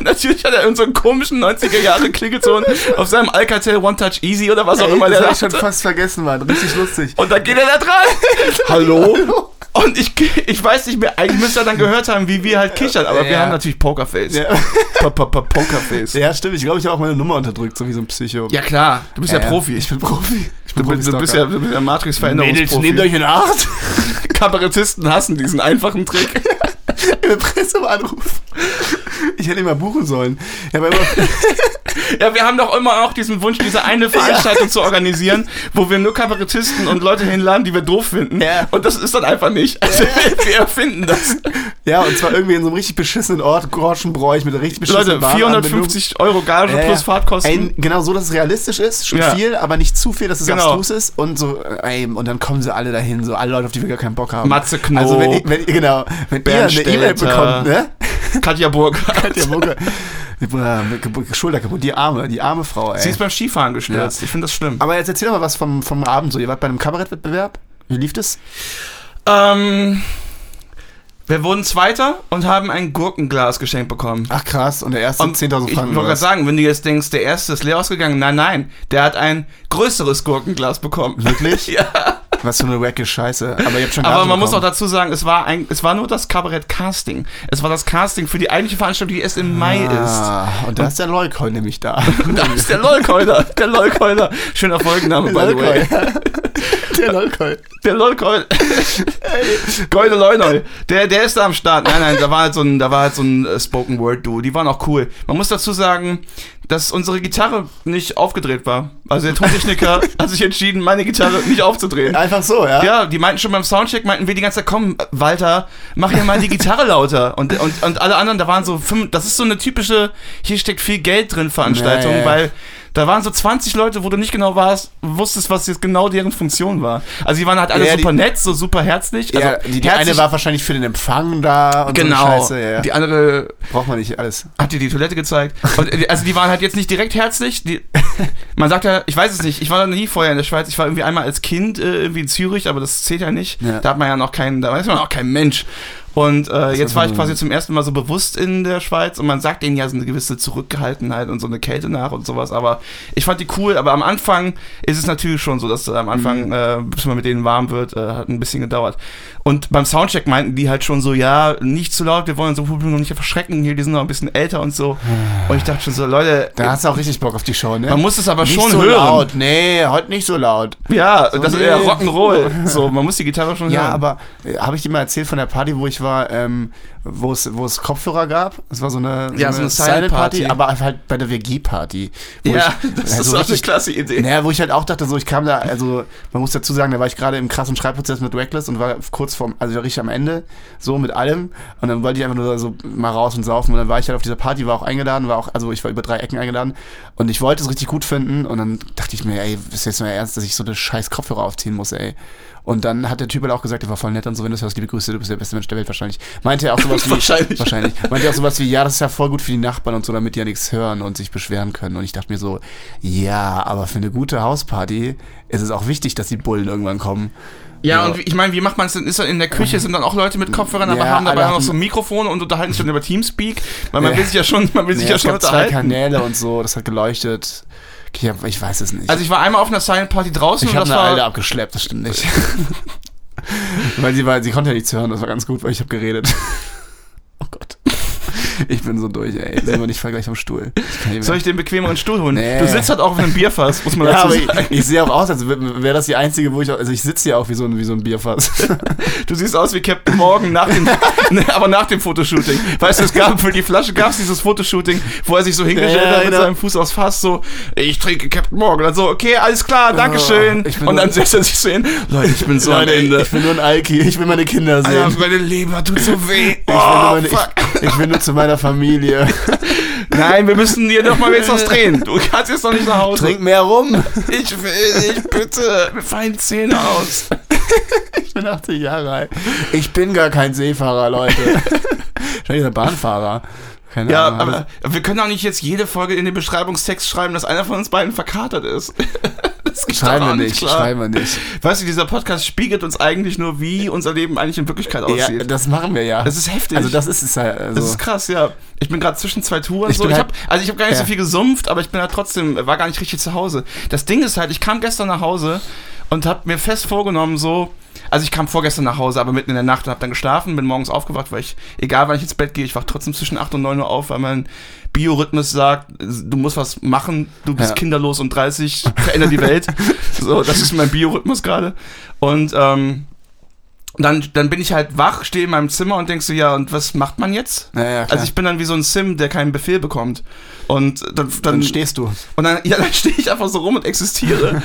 Speaker 3: natürlich hat er irgendeinen komischen 90er-Jahre-Klingelton auf seinem Alcatel One Touch Easy oder was auch immer der da
Speaker 4: ich schon fast vergessen, Mann. Richtig lustig.
Speaker 3: und dann geht er da dran.
Speaker 4: Hallo?
Speaker 3: Und ich, ich weiß nicht mehr, eigentlich müsst ihr dann gehört haben, wie wir halt kichern, aber wir
Speaker 4: Ja.
Speaker 3: haben natürlich Pokerface.
Speaker 4: Ja.
Speaker 3: Pa- pa- pa- Pokerface.
Speaker 4: ja, stimmt. Ich glaube, ich habe auch meine Nummer unterdrückt, so wie so ein Psycho.
Speaker 3: Ja, klar, du bist ja,
Speaker 4: Ja, ja.
Speaker 3: Profi. Ich bin Profi. du,
Speaker 4: bin
Speaker 3: bist, du, bist
Speaker 4: Profi-Stalker.
Speaker 3: ja, du bist ja
Speaker 4: Mädels,
Speaker 3: Matrix-Veränderungsprofi.
Speaker 4: nehmt euch in Acht.
Speaker 3: Kabarettisten hassen diesen einfachen Trick.
Speaker 4: Im Presse Anruf. Ich hätte ihn mal buchen sollen. Ich habe immer
Speaker 3: Ja, wir haben doch immer auch diesen Wunsch, diese eine Veranstaltung zu organisieren, wo wir nur Kabarettisten und Leute hinladen, die wir doof finden.
Speaker 4: Ja.
Speaker 3: Und das ist dann einfach nicht. Also wir, wir erfinden das.
Speaker 4: ja, und zwar irgendwie in so einem richtig beschissenen Ort, Groschenbräuch mit einer richtig beschissenen
Speaker 3: Leute,
Speaker 4: Bahnanbindung.
Speaker 3: 450 Euro Gage
Speaker 4: Ja, ja.
Speaker 3: plus Fahrtkosten.
Speaker 4: Ey, genau so, dass es realistisch ist, schon
Speaker 3: Ja.
Speaker 4: viel, aber nicht zu viel, dass es
Speaker 3: Genau.
Speaker 4: abstrus ist und so, äh, ey, und dann kommen sie alle dahin, so alle Leute, auf die wir gar keinen Bock haben.
Speaker 3: Matze Knob.
Speaker 4: Also wenn, ihr- wenn ihr- genau, wenn ihr
Speaker 3: Bernd
Speaker 4: eine E-Mail
Speaker 3: Stelter.
Speaker 4: bekommt, ne?
Speaker 3: Katja Burg.
Speaker 4: Der Bunker. Äh, Schulter kaputt, die Arme, die arme Frau, ey.
Speaker 3: Sie ist beim Skifahren gestürzt.
Speaker 4: Ja.
Speaker 3: Ich finde das schlimm.
Speaker 4: Aber jetzt erzähl doch mal was vom, vom Abend so. Ihr wart bei einem Kabarettwettbewerb. Wie lief das?
Speaker 3: Ähm, wir wurden Zweiter und haben ein Gurkenglas geschenkt bekommen.
Speaker 4: Ach krass, und der erste
Speaker 3: Und
Speaker 4: 10.000
Speaker 3: Ich wollte
Speaker 4: Franken. oder
Speaker 3: gerade
Speaker 4: was?
Speaker 3: sagen, wenn du jetzt denkst, der erste ist leer ausgegangen, nein, nein, der hat ein größeres Gurkenglas bekommen.
Speaker 4: Wirklich?
Speaker 3: ja.
Speaker 4: Was für eine wacke Scheiße. Aber ihr habt schon
Speaker 3: Aber
Speaker 4: Gage
Speaker 3: man muss auch
Speaker 4: bekommen.
Speaker 3: dazu sagen, es war, ein, es war nur das Kabarett-Casting. Es war das Casting für die eigentliche Veranstaltung, die erst im Mai ist.
Speaker 4: Ah, und da ist der Leuk heute nämlich da.
Speaker 3: Da ist der Lolkeuler, der Lolkeuler. Schöner Folgenname, by the way.
Speaker 4: der Leuk heute.
Speaker 3: Der Lolkeul. Geule Leuneu. Der, der ist da am Start. Nein, nein, da war halt so ein, da war halt so ein äh, Spoken Word Duo. Die waren auch cool. Man muss dazu sagen, dass unsere Gitarre nicht aufgedreht war. Also der Tontechniker hat sich entschieden, meine Gitarre nicht aufzudrehen.
Speaker 4: Einfach so, ja?
Speaker 3: Ja, die meinten schon beim Soundcheck, meinten wir die ganze Zeit, komm, Walter, mach hier mal die Gitarre lauter. Und, und, und alle anderen, da waren so fünf, das ist so eine typische, hier steckt viel Geld drin Veranstaltung,
Speaker 4: Ja, ja.
Speaker 3: weil da waren so 20 Leute, wo du nicht genau warst, wusstest, was jetzt genau deren Funktion war. Also die waren halt alle
Speaker 4: Ja, die-
Speaker 3: super nett, so super herzlich. Also
Speaker 4: ja, die, die
Speaker 3: herzlich-
Speaker 4: eine war wahrscheinlich für den Empfang da und so
Speaker 3: genau,
Speaker 4: eine Scheiße. Ja, ja.
Speaker 3: die andere
Speaker 4: Braucht man nicht alles.
Speaker 3: hat dir die Toilette gezeigt. Und, äh, also die waren halt jetzt nicht direkt herzlich. Die, man sagt ja, ich weiß es nicht, ich war noch nie vorher in der Schweiz. Ich war irgendwie einmal als Kind äh, irgendwie in Zürich, aber das zählt ja nicht.
Speaker 4: Ja.
Speaker 3: Da hat man ja noch keinen, da weiß man auch kein Mensch. Und äh, jetzt war ich quasi zum ersten Mal so bewusst in der Schweiz und man sagt denen ja so eine gewisse Zurückgehaltenheit und so eine Kälte nach und sowas. Aber ich fand die cool, aber am Anfang ist es natürlich schon so, dass äh, am
Speaker 4: Mhm.
Speaker 3: Anfang, äh, bis man mit denen warm wird, äh, hat ein bisschen gedauert. Und beim Soundcheck meinten die halt schon so, ja, nicht zu laut, wir wollen so Publikum nicht verschrecken, hier, die sind noch ein bisschen älter und so. Und ich dachte schon so, Leute,
Speaker 4: Da hast du auch richtig Bock auf die Show, ne?
Speaker 3: man muss es aber
Speaker 4: nicht
Speaker 3: schon
Speaker 4: so
Speaker 3: hören.
Speaker 4: laut. Nee, heute nicht so laut.
Speaker 3: Ja, das ist ja
Speaker 4: nee.
Speaker 3: Rock'n'Roll. So, man muss die Gitarre schon
Speaker 4: Ja,
Speaker 3: hören.
Speaker 4: aber äh, habe ich dir mal erzählt von der Party, wo ich war, ähm, wo es wo es Kopfhörer gab? Es war so eine,
Speaker 3: Ja, so eine Silent Party.
Speaker 4: aber halt bei der WG-Party. wo
Speaker 3: ja,
Speaker 4: ich-
Speaker 3: das
Speaker 4: also
Speaker 3: ist auch eine
Speaker 4: richtig-
Speaker 3: klasse Idee.
Speaker 4: Naja, wo ich halt auch dachte, so ich kam da, also man muss dazu sagen, da war ich gerade im krassen Schreibprozess mit Reckless und war kurz vorm, also war richtig am Ende, so mit allem. Und dann wollte ich einfach nur so mal raus und saufen. Und dann war ich halt auf dieser Party, war auch eingeladen, war auch, also ich war über drei Ecken eingeladen. Und ich wollte es richtig gut finden. Und dann dachte ich mir, ey, ist jetzt mal ernst, dass ich so eine scheiß Kopfhörer aufziehen muss, ey. Und dann hat der Typ halt auch gesagt, der war voll nett und so, wenn du es hörst, liebe Grüße, du bist der beste Mensch der Welt wahrscheinlich. Meinte er auch sowas wie,
Speaker 3: Wahrscheinlich.
Speaker 4: wahrscheinlich. Meinte er auch sowas wie, ja, das ist ja voll gut für die Nachbarn und so, damit die ja nichts hören und sich beschweren können. Und ich dachte mir so, ja, aber für eine gute Hausparty ist es auch wichtig, dass die Bullen irgendwann kommen.
Speaker 3: Ja, und wie- ich meine, wie macht man es denn? Ist dann in der Küche sind dann auch Leute mit Kopfhörern, aber
Speaker 4: Ja,
Speaker 3: haben dabei
Speaker 4: alle
Speaker 3: noch
Speaker 4: haben-
Speaker 3: so Mikrofone und unterhalten sich dann über Teamspeak, weil man
Speaker 4: Ja.
Speaker 3: will sich ja schon, man will sich
Speaker 4: Nee,
Speaker 3: ja
Speaker 4: es
Speaker 3: schon
Speaker 4: halt gab zwei
Speaker 3: unterhalten.
Speaker 4: Kanäle und so, das hat geleuchtet. Ich, hab, ich weiß es nicht.
Speaker 3: Also ich war einmal auf einer Silent Party draußen
Speaker 4: ich
Speaker 3: und
Speaker 4: habe
Speaker 3: das
Speaker 4: eine alte
Speaker 3: war
Speaker 4: abgeschleppt, das stimmt nicht. weil sie, weil sie konnte ja nichts hören, das war ganz gut, weil ich habe geredet. oh Gott. Ich bin so durch, ey. Sehen wir nicht vergleich am Stuhl. Ich kann nicht mehr.
Speaker 3: soll ich den bequemeren Stuhl holen?
Speaker 4: Nee.
Speaker 3: Du sitzt halt auch auf einem Bierfass, muss man
Speaker 4: ja,
Speaker 3: dazu
Speaker 4: aber ich,
Speaker 3: sagen.
Speaker 4: ich sehe auch aus, als wäre das die einzige, wo ich auch, also ich sitze ja auch wie so ein, wie so ein Bierfass.
Speaker 3: Du siehst aus wie Captain Morgan nach dem, ne, aber nach dem Fotoshooting. Weißt du, es gab für die Flasche gab es dieses Fotoshooting, wo er sich so hingestellt
Speaker 4: Ja, ja,
Speaker 3: hat mit
Speaker 4: genau.
Speaker 3: seinem Fuß aufs Fass, so ich trinke Captain Morgan. Also okay, alles klar, Dankeschön.
Speaker 4: Oh, ich bin
Speaker 3: und dann
Speaker 4: so-
Speaker 3: setzt er sich so hin. Leute, ich bin so
Speaker 4: Leute,
Speaker 3: am Ende.
Speaker 4: Ich bin nur ein Alki, ich will meine Kinder sehen.
Speaker 3: Alter, meine Leber tut so weh.
Speaker 4: ich, will nur
Speaker 3: Oh,
Speaker 4: meine,
Speaker 3: fuck.
Speaker 4: ich, ich will nur zu meiner Familie.
Speaker 3: Nein, wir müssen hier doch mal jetzt was drehen. Du kannst jetzt noch nicht nach Hause.
Speaker 4: Trink mehr rum.
Speaker 3: Ich will nicht, bitte. Mir fallen die Zähne aus.
Speaker 4: Ich bin 80 Jahre alt. Ich bin gar kein Seefahrer, Leute. Wahrscheinlich ein Bahnfahrer. Keine
Speaker 3: Ja,
Speaker 4: Ahnung.
Speaker 3: aber wir können auch nicht jetzt jede Folge in den Beschreibungstext schreiben, dass einer von uns beiden verkatert ist. Das geht
Speaker 4: schreiben
Speaker 3: doch
Speaker 4: wir
Speaker 3: auch
Speaker 4: nicht,
Speaker 3: klar.
Speaker 4: schreiben wir nicht.
Speaker 3: Weißt du, dieser Podcast spiegelt uns eigentlich nur, wie unser Leben eigentlich in Wirklichkeit
Speaker 4: Ja,
Speaker 3: aussieht.
Speaker 4: das machen wir ja.
Speaker 3: das Oh, ist heftig.
Speaker 4: also das ist es halt. Also.
Speaker 3: Das ist krass, ja. Ich bin gerade zwischen zwei Touren.
Speaker 4: Ich
Speaker 3: so.
Speaker 4: bin
Speaker 3: ich
Speaker 4: halt-
Speaker 3: hab, also ich habe gar nicht so
Speaker 4: Ja.
Speaker 3: viel gesumpft, aber ich bin halt trotzdem, war gar nicht richtig zu Hause. Das Ding ist halt, ich kam gestern nach Hause und habe mir fest vorgenommen, so, also ich kam vorgestern nach Hause, aber mitten in der Nacht und habe dann geschlafen, bin morgens aufgewacht, weil ich, egal wann ich ins Bett gehe, ich wach trotzdem zwischen 8 und 9 Uhr auf, weil mein Biorhythmus sagt, du musst was machen, du bist
Speaker 4: Ja.
Speaker 3: kinderlos und 30, veränder die Welt. so, das ist mein Biorhythmus gerade. Und, ähm, dann, dann bin ich halt wach, stehe in meinem Zimmer und denkst so, ja, und was macht man jetzt?
Speaker 4: ja, ja, klar.
Speaker 3: Also ich bin dann wie so ein Sim, der keinen Befehl bekommt. Und dann, dann,
Speaker 4: dann stehst du.
Speaker 3: und dann, ja, dann stehe ich einfach so rum und existiere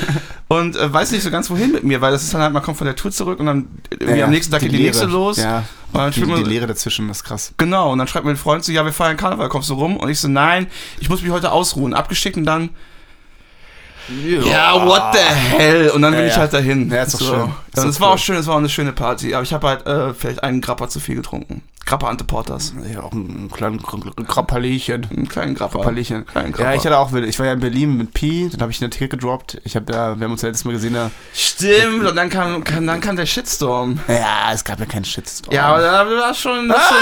Speaker 3: und äh, weiß nicht so ganz wohin mit mir, weil das ist dann halt, man kommt von der Tour zurück und dann irgendwie
Speaker 4: Ja,
Speaker 3: am nächsten Tag geht die
Speaker 4: Leere.
Speaker 3: nächste los.
Speaker 4: Ja,
Speaker 3: Und dann
Speaker 4: die,
Speaker 3: spielt
Speaker 4: die
Speaker 3: man,
Speaker 4: Leere dazwischen ist krass.
Speaker 3: genau, und dann schreibt mir ein Freund so, ja, wir feiern Karneval, kommst du rum? Und ich so, nein, ich muss mich heute ausruhen. Abgeschickt und dann, ja, what the hell? Und dann
Speaker 4: Ja,
Speaker 3: bin ich
Speaker 4: ja.
Speaker 3: halt dahin.
Speaker 4: Ja, ist doch schön. Ist
Speaker 3: Und
Speaker 4: doch
Speaker 3: es war
Speaker 4: cool.
Speaker 3: auch schön, es war auch eine schöne Party, aber ich habe halt äh, vielleicht einen Grappa zu viel getrunken. Grappa Ante Porters.
Speaker 4: Ja, auch ein, ein kleines Krapperlchen.
Speaker 3: Einen kleinen Grappa.
Speaker 4: Krapperlchen.
Speaker 3: Kleinen Grappa.
Speaker 4: Ja, ich hatte auch, ich war ja in Berlin mit Pi, dann habe ich ein Ticket gedroppt. Ich habe da, wir haben uns ja letztes Mal gesehen, da.
Speaker 3: Stimmt, und dann kam, kam, dann kam der Shitstorm.
Speaker 4: Ja, es gab ja keinen Shitstorm.
Speaker 3: Ja, aber da war schon. Das schon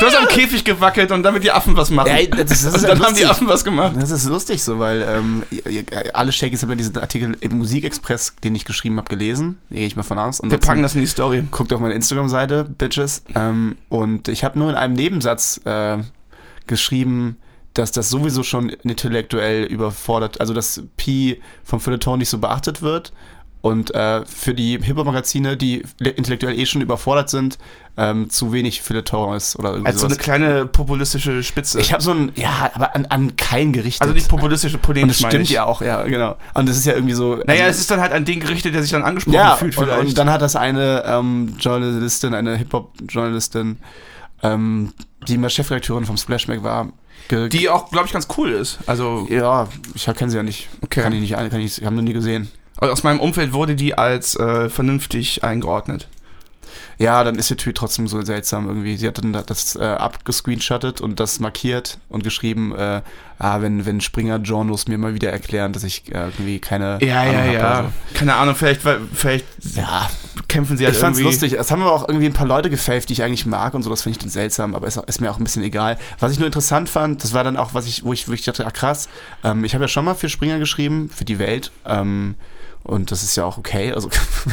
Speaker 3: du hast am Käfig gewackelt und damit die Affen was machen.
Speaker 4: Ah. Ja, das ist- das ist
Speaker 3: und
Speaker 4: ja
Speaker 3: dann haben die
Speaker 4: lustig.
Speaker 3: Affen was gemacht.
Speaker 4: Das ist lustig so, weil ähm, ihr- ihr- alle Shakys haben ja diesen Artikel im Musikexpress, den ich geschrieben habe, gelesen. Da gehe ich mal von aus. Und
Speaker 3: Wir
Speaker 4: jetzt-
Speaker 3: packen das in die Story.
Speaker 4: Guckt auf meine Instagram-Seite, Bitches. Ähm, und ich habe nur in einem Nebensatz äh, geschrieben, dass das sowieso schon intellektuell überfordert, also dass Pi vom Feuilleton nicht so beachtet wird. Und äh, für die Hip-Hop-Magazine, die intellektuell eh schon überfordert sind, ähm, zu wenig Feuilleton ist oder irgendwie
Speaker 3: Als Also so eine
Speaker 4: sowas.
Speaker 3: kleine populistische Spitze.
Speaker 4: Ich habe so ein, ja, aber an, an keinen gerichtet.
Speaker 3: also nicht populistische,
Speaker 4: und
Speaker 3: polemisch
Speaker 4: das
Speaker 3: meine
Speaker 4: stimmt
Speaker 3: ich.
Speaker 4: ja auch, ja, genau. Und das ist ja irgendwie so.
Speaker 3: Naja,
Speaker 4: also-
Speaker 3: es ist dann halt an den gerichtet, der sich dann angesprochen
Speaker 4: ja,
Speaker 3: fühlt
Speaker 4: und,
Speaker 3: vielleicht.
Speaker 4: und dann hat das eine ähm, Journalistin, eine Hip-Hop-Journalistin, ähm, die immer Chefredakteurin vom Splash Mag war, ge
Speaker 3: die auch, glaube ich, ganz cool ist. Also
Speaker 4: ja, ich kenne sie ja nicht.
Speaker 3: Okay.
Speaker 4: Kann ich nicht, kann ich, ich habe noch nie gesehen.
Speaker 3: also aus meinem Umfeld wurde die als äh, vernünftig eingeordnet.
Speaker 4: Ja, dann ist ihr Tweet trotzdem so seltsam irgendwie. Sie hat dann das äh, abgescreenshottet und das markiert und geschrieben, äh, ah, wenn, wenn Springer-Journos mir mal wieder erklären, dass ich äh, irgendwie keine Ahnung hab oder
Speaker 3: Keine Ahnung, vielleicht, weil- vielleicht
Speaker 4: so. Ja,
Speaker 3: kämpfen sie halt
Speaker 4: ich fand's
Speaker 3: irgendwie.
Speaker 4: lustig. Das haben aber auch irgendwie ein paar Leute gefaved, die ich eigentlich mag und so. Das finde ich dann seltsam, aber ist, auch- ist mir auch ein bisschen egal. Was ich nur interessant fand, das war dann auch, was ich, wo ich, wo ich dachte, ah krass, ähm, ich habe ja schon mal für Springer geschrieben, für die Welt. Ähm, und das ist ja auch okay. Also, keine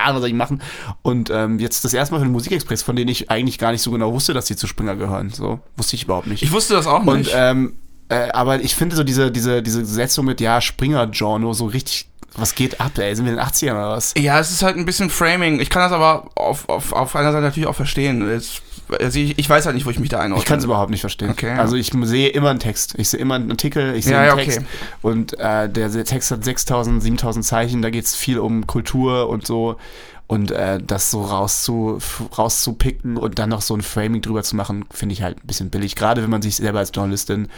Speaker 4: Ahnung, was soll ich machen. Und ähm, jetzt das erste Mal für den Musikexpress, von denen ich eigentlich gar nicht so genau wusste, dass die zu Springer gehören. So, wusste ich überhaupt nicht.
Speaker 3: Ich wusste das auch
Speaker 4: Und
Speaker 3: nicht.
Speaker 4: ähm, äh, aber ich finde so diese, diese, diese Setzung mit ja, Springer-Giorno, so richtig, was geht ab, ey? Sind wir in den 80ern oder was?
Speaker 3: Ja, es ist halt ein bisschen Framing. Ich kann das aber auf, auf, auf einer Seite natürlich auch verstehen. Es, also ich, ich weiß halt nicht, wo ich mich da einordne.
Speaker 4: Ich kann es überhaupt nicht verstehen.
Speaker 3: Okay, ja.
Speaker 4: Also ich sehe immer einen Text. Ich sehe immer einen Artikel, ich sehe
Speaker 3: Ja,
Speaker 4: einen
Speaker 3: ja,
Speaker 4: Text.
Speaker 3: okay.
Speaker 4: Und äh, der Text hat 6000, 7000 Zeichen. Da geht es viel um Kultur und so. Und äh, das so rauszu, f- rauszupicken und dann noch so ein Framing drüber zu machen, finde ich halt ein bisschen billig. Gerade wenn man sich selber als Journalistin,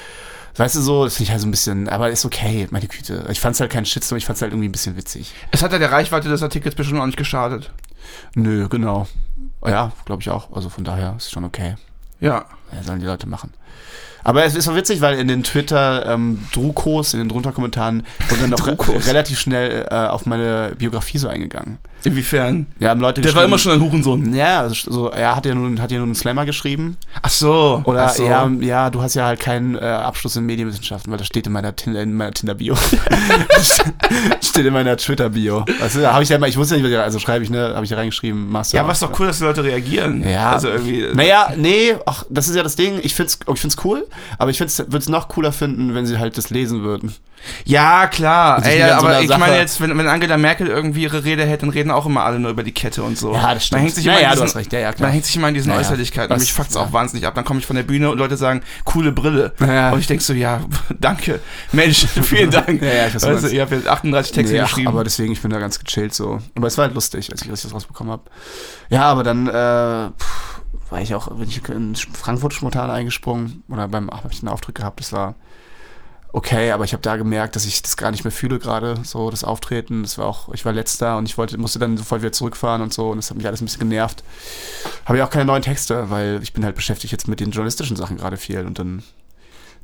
Speaker 4: weißt du so, das finde ich halt so ein bisschen, aber ist okay, meine Güte. Ich fand es halt keinen Shitstorm, ich fand es halt irgendwie ein bisschen witzig.
Speaker 3: Es hat ja der Reichweite des Artikels bestimmt auch nicht geschadet.
Speaker 4: Nö, genau. Ja, glaube ich auch. Also von daher ist schon okay.
Speaker 3: Ja.
Speaker 4: Ja, sollen die Leute machen. Aber es ist so witzig, weil in den Twitter-Drukos, in den drunter Kommentaren, wurde dann noch re
Speaker 3: Drukos.
Speaker 4: relativ schnell äh, auf meine Biografie so eingegangen.
Speaker 3: Inwiefern?
Speaker 4: Ja, haben Leute
Speaker 3: Der war immer schon ein Hurensohn.
Speaker 4: Ja, also so, er hat ja nun, hat ja nun einen Slammer geschrieben.
Speaker 3: Ach so.
Speaker 4: Oder
Speaker 3: Ach so.
Speaker 4: ja, ja, du hast ja halt keinen äh, Abschluss in Medienwissenschaften, weil das steht in meiner, Tin- in meiner Tinder-Bio. steht in meiner Twitter-Bio. Also, da habe ich ja mal, ich wusste ja nicht, was ich- also schreibe ich, ne, habe ich ja reingeschrieben, Master.
Speaker 3: Ja, aber ist doch cool, dass die Leute reagieren.
Speaker 4: Ja.
Speaker 3: Also irgendwie.
Speaker 4: Naja, nee, ach, das ist ja das Ding. Ich find's, oh, ich find's cool, aber ich find's, würd's noch cooler finden, wenn sie halt das lesen würden.
Speaker 3: Ja, klar.
Speaker 4: Das ist
Speaker 3: Ey,
Speaker 4: wieder Also so
Speaker 3: aber
Speaker 4: eine
Speaker 3: ich
Speaker 4: Sache.
Speaker 3: meine jetzt, wenn, wenn Angela Merkel irgendwie ihre Rede hält, dann reden auch immer alle nur über die Kette und so. Man hängt sich immer
Speaker 4: naja,
Speaker 3: in
Speaker 4: du hast
Speaker 3: diesen,
Speaker 4: recht. Ja, ja,
Speaker 3: man
Speaker 4: klar.
Speaker 3: hängt sich immer in diesen
Speaker 4: Naja,
Speaker 3: Äußerlichkeiten.
Speaker 4: das-
Speaker 3: Mich fuckt's
Speaker 4: ja.
Speaker 3: auch wahnsinnig ab. Dann komme ich von der Bühne und Leute sagen, coole Brille.
Speaker 4: Ja.
Speaker 3: Und ich denk so, ja, danke. Mensch, vielen Dank.
Speaker 4: Ja, ja, ich weiß, was
Speaker 3: weißt
Speaker 4: du
Speaker 3: du,
Speaker 4: meinst.
Speaker 3: ihr habt jetzt 38 Texte
Speaker 4: Nee, ach,
Speaker 3: geschrieben.
Speaker 4: aber deswegen, ich bin da ganz gechillt so. Aber es war halt lustig, als ich das rausbekommen hab. Ja, aber dann äh, pff, war ich auch, bin ich in Sch- Frankfurt spontan eingesprungen oder beim habe ich einen Auftritt gehabt. Das war okay, aber ich habe da gemerkt, dass ich das gar nicht mehr fühle gerade so das Auftreten. Das war auch, ich war letzter und ich wollte, musste dann sofort wieder zurückfahren und so und das hat mich alles ein bisschen genervt. Habe ja auch keine neuen Texte, weil ich bin halt beschäftigt jetzt mit den journalistischen Sachen gerade viel und dann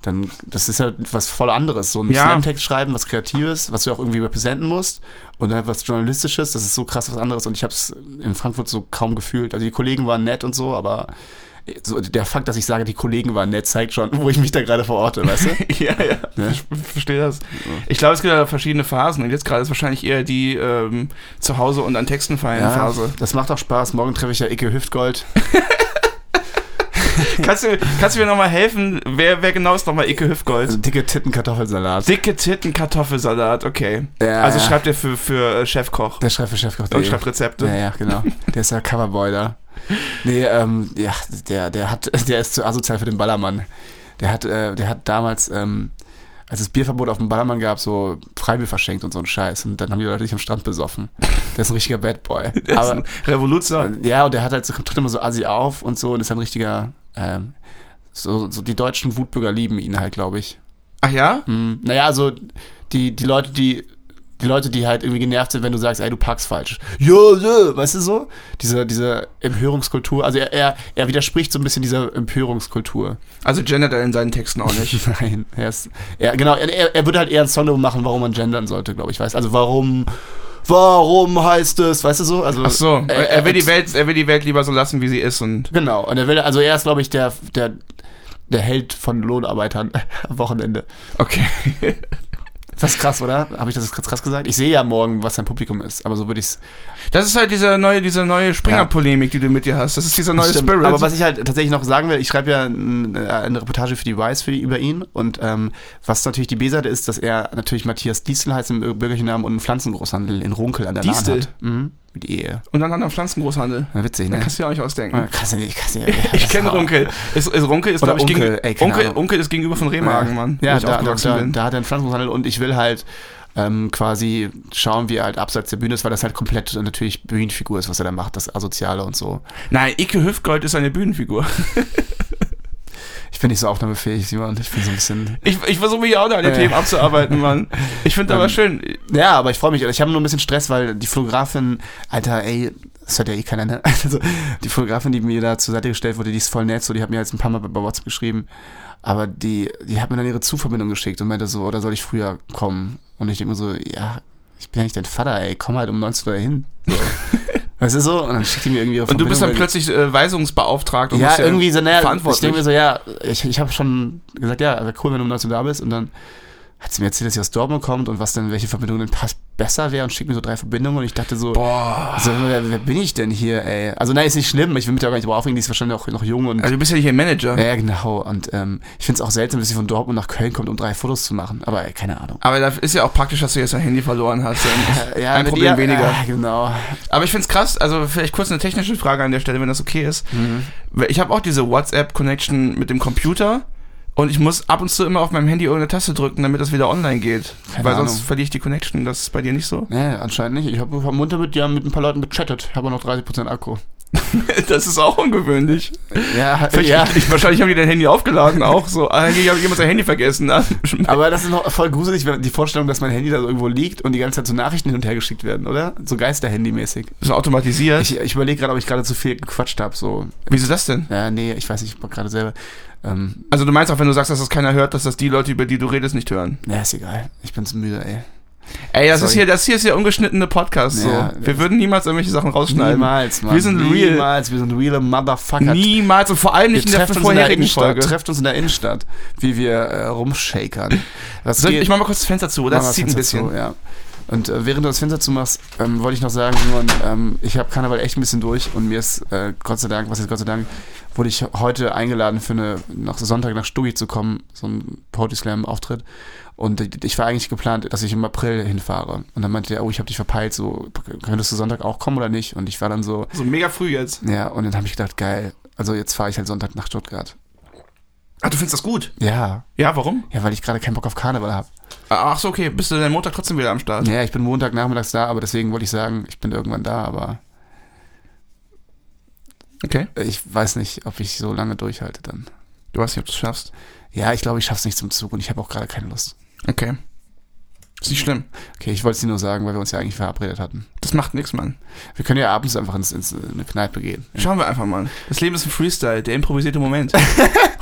Speaker 4: dann, das ist halt was voll anderes. So ein
Speaker 3: Ja.
Speaker 4: Slam-Text schreiben, was Kreatives, was du auch irgendwie repräsenten musst. Und dann was Journalistisches, das ist so krass was anderes. Und ich habe es in Frankfurt so kaum gefühlt. Also die Kollegen waren nett und so, aber so der Fakt, dass ich sage, die Kollegen waren nett, zeigt schon, wo ich mich da gerade verorte, weißt du?
Speaker 3: ja, ja,
Speaker 4: Ne?
Speaker 3: ich verstehe das. Ich glaube, es gibt da verschiedene Phasen. Und jetzt gerade ist wahrscheinlich eher die ähm, zu Hause und an Texten feilen Phase.
Speaker 4: Das macht auch Spaß. Morgen treffe ich ja Icke Hüftgold.
Speaker 3: Kannst du, kannst du mir nochmal helfen? Wer, wer genau ist nochmal Ike Hüftgold?
Speaker 4: Also dicke Titten Kartoffelsalat.
Speaker 3: Dicke Titten Kartoffelsalat, okay.
Speaker 4: Ja,
Speaker 3: also
Speaker 4: ja.
Speaker 3: schreibt er für, für äh, Chefkoch
Speaker 4: Der schreibt für Chefkoch.
Speaker 3: und schreibt Rezepte.
Speaker 4: Ja, ja, genau. Der ist ja Coverboy da. Nee, ähm, ja, der, der hat, der ist zu asozial für den Ballermann. Der hat, äh, der hat damals, ähm, als es Bierverbot auf dem Ballermann gab, so Freibier verschenkt und so einen Scheiß. Und dann haben die Leute dich am Strand besoffen. Der ist ein richtiger Bad Boy.
Speaker 3: Der ist
Speaker 4: Aber,
Speaker 3: ein Revoluzer.
Speaker 4: ja, und der hat halt so, tritt immer so assi auf und so und ist ein richtiger, ähm, so, so die deutschen Wutbürger lieben ihn halt, glaube ich.
Speaker 3: Ach ja?
Speaker 4: Mm, Naja, also die, die Leute, die die Leute, die halt irgendwie genervt sind, wenn du sagst, ey, du packst falsch. Jo, jo, weißt du so? Diese, diese Empörungskultur, also er, er, er widerspricht so ein bisschen dieser Empörungskultur.
Speaker 3: Also gendert er in seinen Texten auch nicht.
Speaker 4: Nein, er ist, er, genau, er, er, er würde halt eher einen Song darüber machen, warum man gendern sollte, glaube ich, weißt Also warum, warum heißt es, weißt du so? Also,
Speaker 3: Ach so, er, er, will
Speaker 4: äh,
Speaker 3: die Welt, er will die Welt lieber so lassen, wie sie ist und
Speaker 4: Genau, und er will, also er ist, glaube ich, der, der, der Held von Lohnarbeitern am Wochenende.
Speaker 3: okay.
Speaker 4: Ist das krass, oder? Habe ich das jetzt krass gesagt? Ich sehe ja morgen, was sein Publikum ist, aber so würde ich es.
Speaker 3: Das ist halt diese neue, diese neue Springer-Polemik, die du mit dir hast. Das ist dieser neue Spirit.
Speaker 4: Aber was ich halt tatsächlich noch sagen will, ich schreibe ja ein, äh, eine Reportage für die Vice für, über ihn und ähm, was natürlich die B-Seite ist, dass er natürlich Matthias Diestel heißt im bürgerlichen Namen und einen Pflanzengroßhandel in Runkel an der Lahn
Speaker 3: Diestel?
Speaker 4: hat. Mhm. Mit E.
Speaker 3: und dann an der Pflanzengroßhandel.
Speaker 4: Na, witzig,
Speaker 3: Da
Speaker 4: ne?
Speaker 3: kannst du ja auch nicht ausdenken.
Speaker 4: Krass, ich kann's nicht.
Speaker 3: Ich kenne Runkel. Ist, ist Runkel ist,
Speaker 4: Oder
Speaker 3: glaube ich,
Speaker 4: Unkel,
Speaker 3: gegen,
Speaker 4: ey, keine
Speaker 3: Unkel,
Speaker 4: Ahnung.
Speaker 3: Unkel ist gegenüber von Remagen, Mann. wo
Speaker 4: Ja,
Speaker 3: ich
Speaker 4: da, da,
Speaker 3: aufgewachsen
Speaker 4: da,
Speaker 3: bin.
Speaker 4: da hat er einen Pflanzenhandel und ich will halt ähm, quasi schauen, wie er halt abseits der Bühne ist, weil das halt komplett natürlich Bühnenfigur ist, was er da macht, das Asoziale und so.
Speaker 3: Nein, Ike Hüftgold ist eine Bühnenfigur.
Speaker 4: Ich bin nicht so aufnahmefähig, Simon. Ich bin so ein bisschen.
Speaker 3: Ich, ich versuche mich auch an den
Speaker 4: Äh.
Speaker 3: Themen abzuarbeiten, Mann. Ich finde aber
Speaker 4: Ähm,
Speaker 3: schön.
Speaker 4: Ja, aber ich freue mich. Ich habe nur ein bisschen Stress, weil die Fotografin, Alter, ey, das hört ja eh keiner, ne? Also, die Fotografin, die mir da zur Seite gestellt wurde, die ist voll nett, so, die hat mir jetzt ein paar Mal bei bei WhatsApp geschrieben. Aber die, die hat mir dann ihre Zuverbindung geschickt und meinte so, oder soll ich früher kommen? Und ich denke mir so, ja, ich bin ja nicht dein Vater, ey, komm halt um 19 Uhr hin. So. weißt du so? Und dann schickt die mir irgendwie ihre
Speaker 3: Und du bist dann
Speaker 4: Verbindung, weil-
Speaker 3: plötzlich äh, Weisungsbeauftragt und
Speaker 4: ja,
Speaker 3: musst
Speaker 4: irgendwie so, naja, ich
Speaker 3: verantwortlich.
Speaker 4: denke mir so, ja, ich, ich habe schon gesagt, ja, wäre cool, wenn du um 19 Uhr da bist und dann hat sie mir erzählt, dass sie aus Dortmund kommt und was denn, welche Verbindung denn passt besser wäre und schickt mir so drei Verbindungen und ich dachte so,
Speaker 3: Boah.
Speaker 4: also, wer, wer bin ich denn hier, ey? Also nein, ist nicht schlimm, ich will mich da gar nicht drauf aufregen, die ist wahrscheinlich auch noch jung und
Speaker 3: Also du bist ja nicht ein Manager.
Speaker 4: ja, ja, genau. Und ähm, ich finde es auch seltsam, dass sie von Dortmund nach Köln kommt, um drei Fotos zu machen. Aber ey, keine Ahnung.
Speaker 3: Aber da ist ja auch praktisch, dass du jetzt dein Handy verloren hast.
Speaker 4: Äh, ja,
Speaker 3: Ein
Speaker 4: mit
Speaker 3: Problem
Speaker 4: ihr-
Speaker 3: weniger.
Speaker 4: Ah, genau.
Speaker 3: Aber ich find's krass, also vielleicht kurz eine technische Frage an der Stelle, wenn das okay ist.
Speaker 4: Mhm.
Speaker 3: Weil Ich habe auch diese WhatsApp-Connection mit dem Computer und ich muss ab und zu immer auf meinem Handy irgendeine Taste drücken, damit das wieder online geht.
Speaker 4: Keine
Speaker 3: Weil sonst
Speaker 4: Ahnung.
Speaker 3: verliere ich die Connection. Das ist bei dir nicht so?
Speaker 4: Nee, anscheinend nicht. Ich habe hab munter mit, ja, mit ein paar Leuten gechattet. Habe noch 30% Akku.
Speaker 3: das ist auch ungewöhnlich.
Speaker 4: Ja,
Speaker 3: Vielleicht, Ich, wahrscheinlich haben die dein Handy aufgeladen auch so. Ah, hier habe jemand sein Handy vergessen. Ah,
Speaker 4: Aber das ist noch voll gruselig, wenn die Vorstellung, dass mein Handy da so irgendwo liegt und die ganze Zeit so Nachrichten hin und her geschickt werden, oder? So Geisterhandy-mäßig.
Speaker 3: so automatisiert.
Speaker 4: Ich, ich überlege gerade, ob ich gerade zu viel gequatscht habe. So.
Speaker 3: Wieso das denn?
Speaker 4: Ja, nee, ich weiß nicht, ich hab gerade selber. Ähm,
Speaker 3: Also du meinst auch, wenn du sagst, dass das keiner hört, dass das die Leute, über die du redest, nicht hören.
Speaker 4: na, ist egal. Ich bin zu müde, ey.
Speaker 3: Ey, das ist
Speaker 4: Sorry.
Speaker 3: hier, das hier ist ja ungeschnittene Podcast.
Speaker 4: Ja,
Speaker 3: so. Wir würden niemals irgendwelche Sachen rausschneiden.
Speaker 4: Niemals, Mann.
Speaker 3: Wir sind real.
Speaker 4: Niemals, wir sind real Motherfucker.
Speaker 3: Niemals und vor allem
Speaker 4: Wir
Speaker 3: nicht in der
Speaker 4: treffen uns in der
Speaker 3: vorherigen
Speaker 4: Innenstadt,
Speaker 3: Folge.
Speaker 4: trefft uns in der Innenstadt, wie wir äh, rumshakern. Das
Speaker 3: Soll ich,
Speaker 4: geht-
Speaker 3: ich mach mal kurz das Fenster zu,
Speaker 4: Mach
Speaker 3: das
Speaker 4: mal
Speaker 3: zieht ein
Speaker 4: Fenster
Speaker 3: bisschen.
Speaker 4: Zu, ja. Und äh, während du das Fenster zumachst, ähm, wollte ich noch sagen, Simon, ähm, ich habe Karneval echt ein bisschen durch und mir ist, äh, Gott sei Dank, was jetzt Gott sei Dank, wurde ich heute eingeladen für eine, nach Sonntag nach Stuggi zu kommen, so ein Poetry Slam Auftritt. Und ich- ich war eigentlich geplant, dass ich im April hinfahre. Und dann meinte er, oh, ich habe dich verpeilt, so, könntest du Sonntag auch kommen oder nicht? Und ich war dann so,
Speaker 3: So mega früh jetzt.
Speaker 4: ja, und dann habe ich gedacht, geil, also jetzt fahre ich halt Sonntag nach Stuttgart.
Speaker 3: Ah, du findest das gut?
Speaker 4: Ja,
Speaker 3: Ja, warum? Ah,
Speaker 4: ja, weil ich gerade keinen Bock auf Karneval habe.
Speaker 3: Ach so, okay. Bist du denn Montag trotzdem wieder am Start?
Speaker 4: Ja, ich bin Montagnachmittags da, aber deswegen wollte ich sagen, ich bin irgendwann da, aber
Speaker 3: Okay.
Speaker 4: ich weiß nicht, ob ich so lange durchhalte dann.
Speaker 3: Du weißt nicht, ob du es schaffst.
Speaker 4: Ja, ich glaube, ich schaff's nicht zum Zug und ich habe auch gerade keine Lust.
Speaker 3: Okay. Ist nicht schlimm.
Speaker 4: Okay, ich wollte es dir nur sagen, weil wir uns ja eigentlich verabredet hatten.
Speaker 3: Das macht nichts, Mann.
Speaker 4: Wir können ja abends einfach ins, ins in eine Kneipe gehen.
Speaker 3: Schauen wir einfach mal. Das Leben ist ein Freestyle, der improvisierte Moment.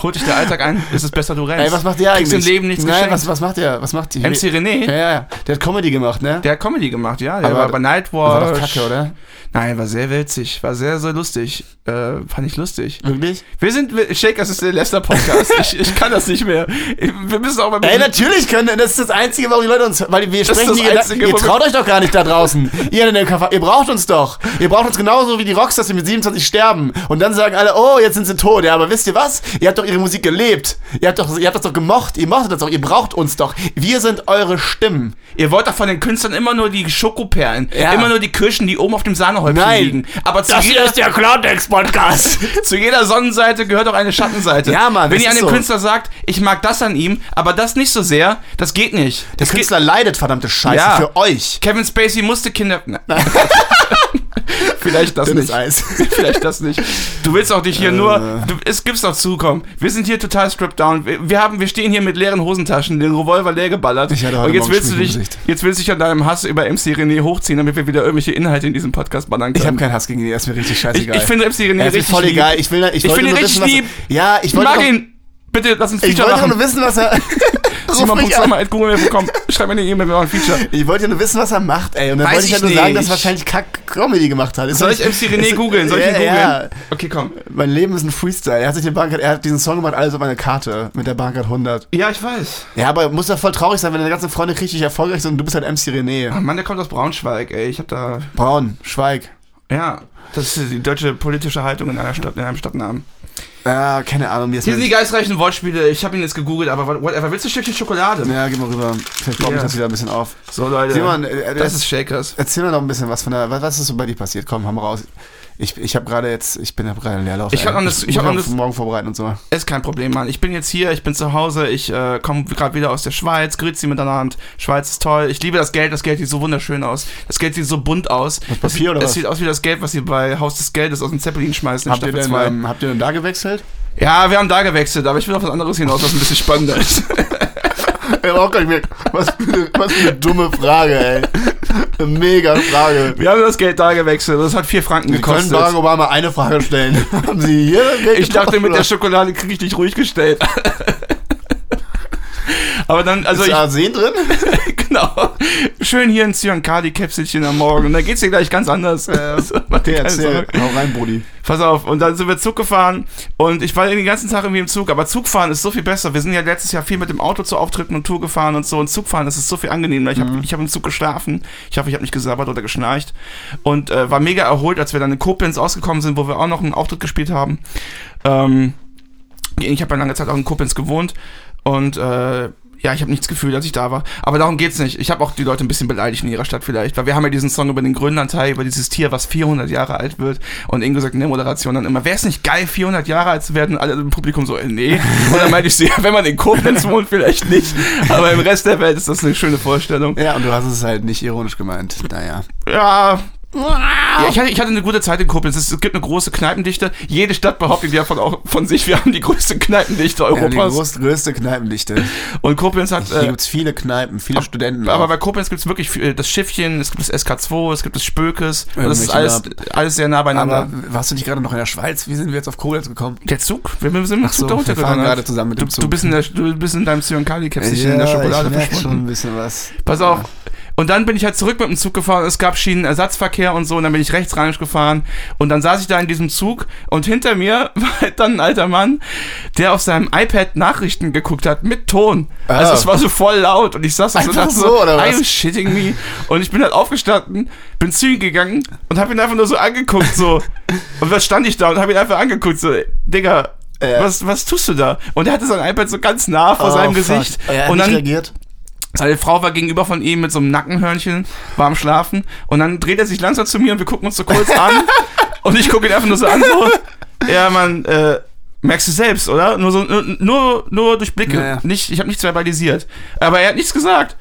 Speaker 3: Holt dich der Alltag ein, ist es besser, du rennst.
Speaker 4: Ey, was macht ihr eigentlich?
Speaker 3: Kriegst im Leben nichts
Speaker 4: Nein,
Speaker 3: geschenkt.
Speaker 4: was, was macht ihr? Was macht ihr?
Speaker 3: MC René,
Speaker 4: Ja, ja, ja. Der hat Comedy gemacht, ne?
Speaker 3: der hat Comedy gemacht, ja. Der
Speaker 4: Aber
Speaker 3: war bei Nightwatch.
Speaker 4: war doch kacke, oder?
Speaker 3: Nein, war sehr witzig. War sehr, sehr lustig. Äh, fand ich lustig.
Speaker 4: Wirklich?
Speaker 3: Wir sind, wir- Shakers ist der letzte Podcast. ich, ich kann das nicht mehr. Ich- Wir müssen auch mal
Speaker 4: Ey, natürlich können, das ist das Einzige, warum die Leute uns, weil wir
Speaker 3: Das ist
Speaker 4: sprechen
Speaker 3: das
Speaker 4: die Gedan-
Speaker 3: Einzige,
Speaker 4: ihr
Speaker 3: wo wir-
Speaker 4: traut euch doch gar nicht da draußen. ihr, in der KV, ihr braucht uns doch. Ihr braucht uns genauso wie die Rockstars, die mit 27 sterben. Und dann sagen alle, oh, jetzt sind sie tot. Ja, aber wisst ihr was? Ihr habt doch ihre Musik gelebt. Ihr habt, doch, ihr habt das doch gemocht. Ihr mochtet das doch. Ihr braucht uns doch. Wir sind eure Stimmen.
Speaker 3: Ihr wollt doch von den Künstlern immer nur die Schokoperlen.
Speaker 4: Ja.
Speaker 3: Immer nur die Kirschen, die oben auf dem Sahnehäubchen
Speaker 4: Nein.
Speaker 3: liegen. Aber zu jeder,
Speaker 4: der Clowndex-Podcast.
Speaker 3: zu jeder Sonnenseite gehört auch eine Schattenseite.
Speaker 4: Ja, Mann,
Speaker 3: Wenn
Speaker 4: das
Speaker 3: ihr einem
Speaker 4: ist so.
Speaker 3: Künstler sagt, ich mag das an ihm, aber das nicht so sehr, das geht nicht.
Speaker 4: Der
Speaker 3: das geht,
Speaker 4: Künstler leidet, verdammte Scheiße,
Speaker 3: Ja.
Speaker 4: für euch.
Speaker 3: Kevin Spacey musste Kinder. Na. Vielleicht das
Speaker 4: Dünnes
Speaker 3: nicht.
Speaker 4: Eis.
Speaker 3: Vielleicht das nicht. Du willst auch dich hier nur.
Speaker 4: Äh.
Speaker 3: Du, es gibt's doch zukommen. Wir sind hier total stripped down. Wir, wir haben, wir stehen hier mit leeren Hosentaschen, den Revolver leer geballert.
Speaker 4: Ich hatte heute
Speaker 3: Und jetzt
Speaker 4: Morgen
Speaker 3: willst du dich,
Speaker 4: Schminken im Gesicht.
Speaker 3: jetzt willst du dich an deinem Hass über MC René hochziehen, damit wir wieder irgendwelche Inhalte in diesem Podcast ballern
Speaker 4: Ich habe
Speaker 3: können.
Speaker 4: keinen Hass gegen ihn, er ist mir richtig scheißegal.
Speaker 3: Ähm, Ich- ich finde MC René
Speaker 4: er ist mir
Speaker 3: richtig
Speaker 4: voll
Speaker 3: lieb.
Speaker 4: egal. Ich, will, ich,
Speaker 3: Ich
Speaker 4: wollte
Speaker 3: finde ihn
Speaker 4: nur
Speaker 3: richtig
Speaker 4: wissen, was er-
Speaker 3: lieb.
Speaker 4: Ja, ich
Speaker 3: Ich
Speaker 4: wollte
Speaker 3: mag
Speaker 4: doch,
Speaker 3: ihn. Bitte lass uns
Speaker 4: ich
Speaker 3: Feature
Speaker 4: wollte doch nur
Speaker 3: machen.
Speaker 4: wissen, was er. Ruf mich an.
Speaker 3: Simon.sommer.google.com. Schreib mir eine E-Mail, wir machen ein Feature.
Speaker 4: Ich wollte ja nur wissen, was er macht, ey. Und dann
Speaker 3: Weiß
Speaker 4: wollte ich ja
Speaker 3: ich
Speaker 4: nur sagen,
Speaker 3: nicht.
Speaker 4: dass er wahrscheinlich Kack-Comedy gemacht hat. Ist
Speaker 3: Soll
Speaker 4: doch
Speaker 3: ich
Speaker 4: nicht-
Speaker 3: MC René
Speaker 4: ist-
Speaker 3: googeln? Soll ich ihn
Speaker 4: ja,
Speaker 3: googeln?
Speaker 4: Ja.
Speaker 3: Okay, komm.
Speaker 4: Mein Leben ist ein Freestyle. Er hat sich eine Bankart, er hat diesen Song gemacht, alles auf einer Karte mit der Bankart 100.
Speaker 3: Ja, ich weiß.
Speaker 4: Ja, aber muss doch voll traurig sein, wenn deine ganzen Freunde richtig erfolgreich sind und du bist halt MC René.
Speaker 3: Ah, Mann, der kommt aus Braunschweig, ey. Ich hab da.
Speaker 4: Braun, Schweig.
Speaker 3: Ja. Das ist die deutsche politische Haltung in einer Stadt, in einem Stadtnamen.
Speaker 4: Ah, keine Ahnung, mir ist
Speaker 3: Hier sind die
Speaker 4: mir-
Speaker 3: geistreichen Wortspiele. Ich habe ihn jetzt gegoogelt, aber whatever. Willst du ein Stückchen Schokolade?
Speaker 4: Ja, geh mal rüber. Vielleicht baut
Speaker 3: Ja.
Speaker 4: mich das wieder ein bisschen auf.
Speaker 3: So, Leute.
Speaker 4: Simon, äh,
Speaker 3: das ist Shakers.
Speaker 4: Erzähl mir noch ein bisschen was von der, was, was ist so bei dir passiert? Komm, haben wir raus. Ich, ich habe gerade jetzt, ich bin hab gerade Leerlauf.
Speaker 3: Ich
Speaker 4: ey.
Speaker 3: hab noch das- ich hab
Speaker 4: muss
Speaker 3: noch
Speaker 4: noch
Speaker 3: das-
Speaker 4: morgen vorbereiten und so.
Speaker 3: Ist kein Problem, Mann. Ich bin jetzt hier, ich bin zu Hause, ich äh, komme gerade wieder aus der Schweiz. Grüezi miteinander. Schweiz ist toll. Ich liebe das Geld. Das Geld sieht so wunderschön aus. Das Geld sieht so bunt aus.
Speaker 4: Mit Papier oder
Speaker 3: das
Speaker 4: was?
Speaker 3: sieht aus wie das Geld, was sie bei Haus des Geldes aus dem Zeppelin schmeißen in
Speaker 4: Habt ihr,
Speaker 3: Staffel
Speaker 4: denn,
Speaker 3: 2.
Speaker 4: ähm, habt ihr denn da gewechselt?
Speaker 3: Ja, wir haben da gewechselt, aber ich will auf was anderes hinaus, was ein bisschen spannender ist.
Speaker 4: Ich hab auch gar nicht mehr. Was für, eine, was für eine dumme Frage, ey. Eine mega Frage.
Speaker 3: Wir haben das Geld da gewechselt. Das hat vier Franken
Speaker 4: Wir können
Speaker 3: gekostet.
Speaker 4: Barack Obama eine Frage stellen. Haben Sie hier das Geld
Speaker 3: Ich dachte,
Speaker 4: getroffen,
Speaker 3: mit
Speaker 4: oder?
Speaker 3: der Schokolade kriege ich dich ruhig gestellt. Aber dann, also
Speaker 4: Ist da Arsen drin?
Speaker 3: ich, genau, schön hier ein Zyankali-Käpselchen am Morgen und dann geht's dir gleich ganz anders. Also, mach dir
Speaker 4: Okay,
Speaker 3: keine
Speaker 4: erzähl.
Speaker 3: Sorgen.
Speaker 4: Hau rein, Brudi.
Speaker 3: Pass auf, und dann sind wir Zug gefahren und ich war den ganzen Tag irgendwie im Zug, aber Zugfahren ist so viel besser. Wir sind ja letztes Jahr viel mit dem Auto zu Auftritten und Tour gefahren und so und Zugfahren, das ist so viel angenehmer. Ich habe ich hab im Zug geschlafen, ich hoffe, ich habe nicht gesabbert oder geschnarcht und äh, war mega erholt, als wir dann in Koblenz ausgekommen sind, wo wir auch noch einen Auftritt gespielt haben. Ähm, ich habe ja lange Zeit auch in Koblenz gewohnt und äh, ja, ich habe nichts gefühlt, als ich da war. Aber darum geht's nicht. Ich habe auch die Leute ein bisschen beleidigt in ihrer Stadt vielleicht, weil wir haben ja diesen Song über den Grönlandhai, über dieses Tier, was 400 Jahre alt wird. Und Ingo sagt in der Moderation dann immer, wäre es nicht geil, 400 Jahre alt zu werden? Und Alle im Publikum so, äh, nee. Und dann meinte ich so, ja, wenn man in Koblenz wohnt, vielleicht nicht. Aber im Rest der Welt ist das eine schöne Vorstellung.
Speaker 4: Ja, und du hast es halt nicht ironisch gemeint. Naja.
Speaker 3: Ja. Ja, ich, hatte, ich hatte eine gute Zeit in Koblenz. Es gibt eine große Kneipendichte. Jede Stadt behauptet ja von, auch, von sich, wir haben die größte Kneipendichte
Speaker 4: Ja,
Speaker 3: Europas.
Speaker 4: die groß, größte Kneipendichte.
Speaker 3: Und Koblenz hat.
Speaker 4: Hier
Speaker 3: Äh,
Speaker 4: gibt's viele Kneipen, viele Studenten.
Speaker 3: aber
Speaker 4: auch.
Speaker 3: bei Koblenz gibt es wirklich viel, äh, das Schiffchen, es gibt das SK2, es gibt das Spökes. Und das ist alles,
Speaker 4: Irgendwelche
Speaker 3: alles sehr nah beieinander.
Speaker 4: Aber warst du nicht gerade noch in der Schweiz? Wie sind wir jetzt auf Koblenz gekommen?
Speaker 3: der Zug? Wir wir sind mit
Speaker 4: Ach
Speaker 3: Zug
Speaker 4: so,
Speaker 3: da
Speaker 4: wir fahren
Speaker 3: runtergegangen.
Speaker 4: gerade zusammen mit
Speaker 3: Du,
Speaker 4: dem Zug.
Speaker 3: du, bist in der, du bist in deinem Zyankali-Käpschen in der Schokolade
Speaker 4: ich merk schon
Speaker 3: verschwunden.
Speaker 4: ein bisschen was.
Speaker 3: Pass auf. Und dann bin ich halt zurück mit dem Zug gefahren. Es gab Schienenersatzverkehr und so. Und dann bin ich rechts rheinisch gefahren. Und dann saß ich da in diesem Zug. Und hinter mir war halt dann ein alter Mann, der auf seinem iPad Nachrichten geguckt hat mit Ton. Also
Speaker 4: Ah.
Speaker 3: es war so voll laut. Und ich saß da so und
Speaker 4: Einfach
Speaker 3: dachte
Speaker 4: so, oder
Speaker 3: "Are you
Speaker 4: was?"
Speaker 3: shitting me? Und ich bin halt aufgestanden, bin zu ihm gegangen und habe ihn einfach nur so angeguckt. so. Und was stand ich da und habe ihn einfach angeguckt. So, Digga.
Speaker 4: Ja.
Speaker 3: Was, was tust du da? Und er hatte sein iPad so ganz nah vor seinem Gesicht.
Speaker 4: Oh, Er hat
Speaker 3: und
Speaker 4: nicht
Speaker 3: dann
Speaker 4: reagiert.
Speaker 3: seine Frau war gegenüber von ihm mit so einem Nackenhörnchen, war am Schlafen. Und dann dreht er sich langsam zu mir und wir gucken uns so kurz an. und ich gucke ihn einfach nur so an. So, ja, man, äh, merkst du selbst, oder? Nur, so, nur- nur, nur durch Blicke.
Speaker 4: Naja.
Speaker 3: Nicht, ich habe nichts verbalisiert. Aber er hat nichts gesagt.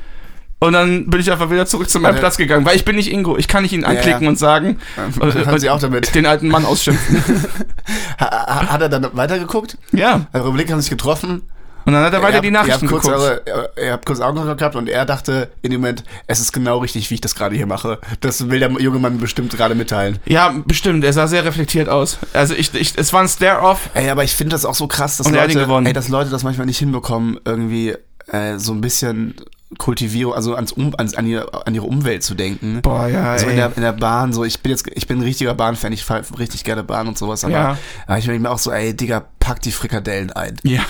Speaker 3: Und dann bin ich einfach wieder zurück zu meinem
Speaker 4: Ja.
Speaker 3: Platz gegangen, weil ich bin nicht Ingo. Ich kann nicht ihn anklicken
Speaker 4: Ja.
Speaker 3: und sagen, äh,
Speaker 4: das hören sie auch damit.
Speaker 3: den alten Mann ausschimpfen.
Speaker 4: Ha, ha, hat er dann weitergeguckt?
Speaker 3: ja.
Speaker 4: Eure Blicke haben sich getroffen.
Speaker 3: Und dann hat er weiter
Speaker 4: Ihr habt-
Speaker 3: die
Speaker 4: ihr
Speaker 3: Nachrichten
Speaker 4: habt kurz
Speaker 3: geguckt.
Speaker 4: eure, äh, Ihr habt kurz Augenkontakt gehabt und er dachte in dem Moment, es ist genau richtig, wie ich das gerade hier mache. Das will der junge Mann bestimmt gerade mitteilen.
Speaker 3: Ja, bestimmt. Er sah sehr reflektiert aus. Also ich, ich es war ein Stare-off.
Speaker 4: Ey, aber ich finde das auch so krass, dass
Speaker 3: Und er hat ihn
Speaker 4: Leute,
Speaker 3: gewonnen.
Speaker 4: ey, dass Leute das manchmal nicht hinbekommen, irgendwie äh, so ein bisschen Kultivierung, also ans um, ans, an, ihre, an ihre Umwelt zu denken.
Speaker 3: Boah, ja,
Speaker 4: so in
Speaker 3: ey.
Speaker 4: der, in der Bahn, so ich bin jetzt, ich bin ein richtiger Bahnfan, ich fahre richtig gerne Bahn und sowas, aber,
Speaker 3: Ja.
Speaker 4: aber ich denke mir auch so, ey, Digga, pack die Frikadellen ein.
Speaker 3: Ja.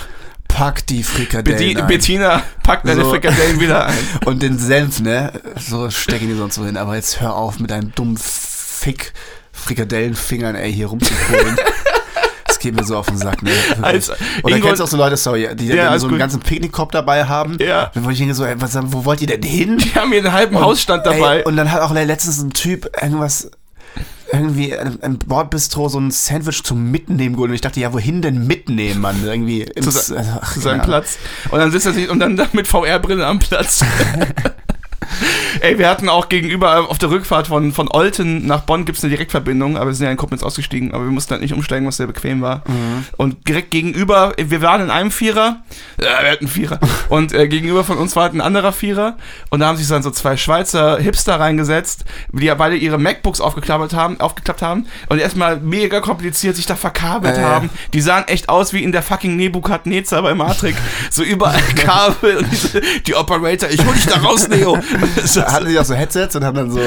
Speaker 4: Pack die Frikadellen
Speaker 3: Bedi
Speaker 4: ein.
Speaker 3: Bettina packt deine
Speaker 4: So.
Speaker 3: Frikadellen wieder ein.
Speaker 4: Und den Senf, ne? So steck ihn dir sonst so hin, aber jetzt hör auf mit deinem dummen Fick Frikadellenfingern, ey, hier rumzukohlen. Das geht mir so auf den Sack, ne? Wirklich.
Speaker 3: Als-
Speaker 4: Oder
Speaker 3: Ingo-
Speaker 4: kennst du auch so Leute, sorry, die
Speaker 3: Ja,
Speaker 4: dann
Speaker 3: alles
Speaker 4: so einen
Speaker 3: gut.
Speaker 4: ganzen Picknickkorb dabei haben?
Speaker 3: Ja.
Speaker 4: Dann wo ich denke so, ey, was, wo wollt ihr denn hin?
Speaker 3: Die haben hier einen halben Hausstand dabei.
Speaker 4: Ey, und dann hat auch letztens ein Typ irgendwas, irgendwie im im Bordbistro so ein Sandwich zum Mitnehmen geholt. Und ich dachte, ja, wohin denn mitnehmen, Mann? Irgendwie
Speaker 3: Zu
Speaker 4: ins,
Speaker 3: se-
Speaker 4: also, ach,
Speaker 3: zu seinem
Speaker 4: keine Ahnung.
Speaker 3: Platz. Und dann sitzt er sich und dann mit VR-Brille am Platz. Ey, wir hatten auch gegenüber auf der Rückfahrt von, von Olten nach Bonn gibt es eine Direktverbindung, aber wir sind ja in Koblenz ausgestiegen, aber wir mussten halt nicht umsteigen, was sehr bequem war.
Speaker 4: Mhm.
Speaker 3: Und direkt gegenüber, wir waren in einem Vierer, äh, wir hatten einen Vierer, und äh, gegenüber von uns war halt ein anderer Vierer und da haben sich dann so zwei Schweizer Hipster reingesetzt, die ja beide ihre MacBooks aufgeklappert haben, aufgeklappt haben und erstmal mega kompliziert sich da verkabelt
Speaker 4: Äh.
Speaker 3: haben. Die sahen echt aus wie in der fucking Nebukadnezar bei Matrix. So überall Kabel und diese, die Operator, ich hol dich da raus, Neo. Das ist-
Speaker 4: Hatten die auch so Headsets und haben dann so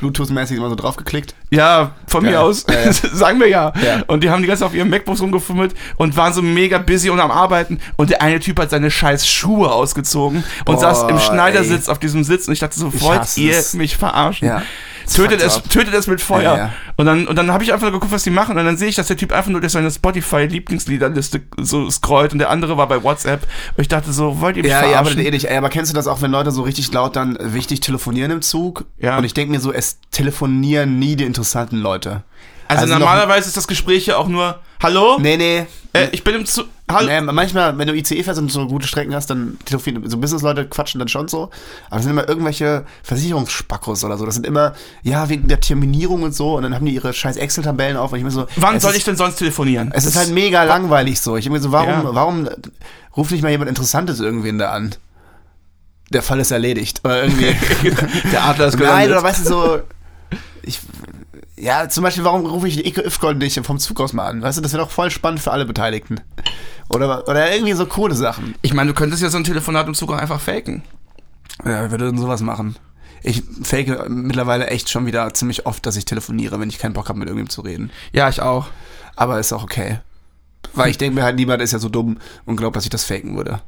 Speaker 4: Bluetooth-mäßig immer so draufgeklickt.
Speaker 3: Ja, von
Speaker 4: Geil.
Speaker 3: mir aus.
Speaker 4: Ja, ja.
Speaker 3: Sagen wir ja.
Speaker 4: Ja.
Speaker 3: Und die haben die ganze Zeit auf ihren MacBooks rumgefummelt und waren so mega busy und am Arbeiten. Und der eine Typ hat seine scheiß Schuhe ausgezogen und
Speaker 4: Boah,
Speaker 3: saß im Schneidersitz auf diesem Sitz. Und ich dachte so,
Speaker 4: Ich
Speaker 3: wollt
Speaker 4: hasse
Speaker 3: ihr
Speaker 4: es.
Speaker 3: mich verarschen?
Speaker 4: Ja.
Speaker 3: Tötet
Speaker 4: Das
Speaker 3: es,
Speaker 4: fuckt ab.
Speaker 3: tötet es mit Feuer.
Speaker 4: Ja, ja.
Speaker 3: Und dann, und dann habe ich einfach nur geguckt, was die machen. Und dann sehe ich, dass der Typ einfach nur durch seine Spotify-Lieblingsliederliste so scrollt und der andere war bei WhatsApp. Und ich dachte so, wollt ihr mich
Speaker 4: Ja,
Speaker 3: verarschen?
Speaker 4: ihr arbeitet eh nicht. Ey, Aber kennst du das auch, wenn Leute so richtig laut dann äh, wichtig telefonieren im Zug?
Speaker 3: Ja.
Speaker 4: Und ich denke mir so, es telefonieren nie die interessanten Leute.
Speaker 3: also,
Speaker 4: noch-
Speaker 3: normalerweise ist das Gespräch ja auch nur, hallo?
Speaker 4: Nee, nee.
Speaker 3: Äh, ich bin im Zug. Hallo?
Speaker 4: Nee, manchmal, wenn du ICE fährst und so gute Strecken hast, dann telefonieren, so Businessleute quatschen dann schon so. Aber es sind immer irgendwelche Versicherungsspackos oder so. Das sind immer, ja, wegen der Terminierung und so. Und dann haben die ihre scheiß Excel-Tabellen auf. Und ich mir so,
Speaker 3: Wann
Speaker 4: es
Speaker 3: soll
Speaker 4: ist-
Speaker 3: ich denn sonst telefonieren?
Speaker 4: Es ist halt mega langweilig so. Ich denke mir so, warum,
Speaker 3: Ja.
Speaker 4: warum ruft nicht mal jemand Interessantes irgendwen da an? Der Fall ist erledigt. Oder irgendwie.
Speaker 3: Der Adler ist
Speaker 4: Nein, oder
Speaker 3: gelandet.
Speaker 4: weißt du so. Ich, ja, zum Beispiel, warum rufe ich die Ike Öfkon nicht vom Zug aus mal an? Weißt du, das wäre doch voll spannend für alle Beteiligten. Oder, oder irgendwie so coole Sachen.
Speaker 3: Ich meine, du könntest ja so ein Telefonat im Zug auch einfach faken.
Speaker 4: Ja, wer würde denn sowas machen? Ich fake mittlerweile echt schon wieder ziemlich oft, dass ich telefoniere, wenn ich keinen Bock habe, mit irgendjemandem zu reden.
Speaker 3: Ja, ich auch.
Speaker 4: Aber ist auch okay. Weil ich denke mir halt, niemand ist ja so dumm und glaubt, dass ich das faken würde.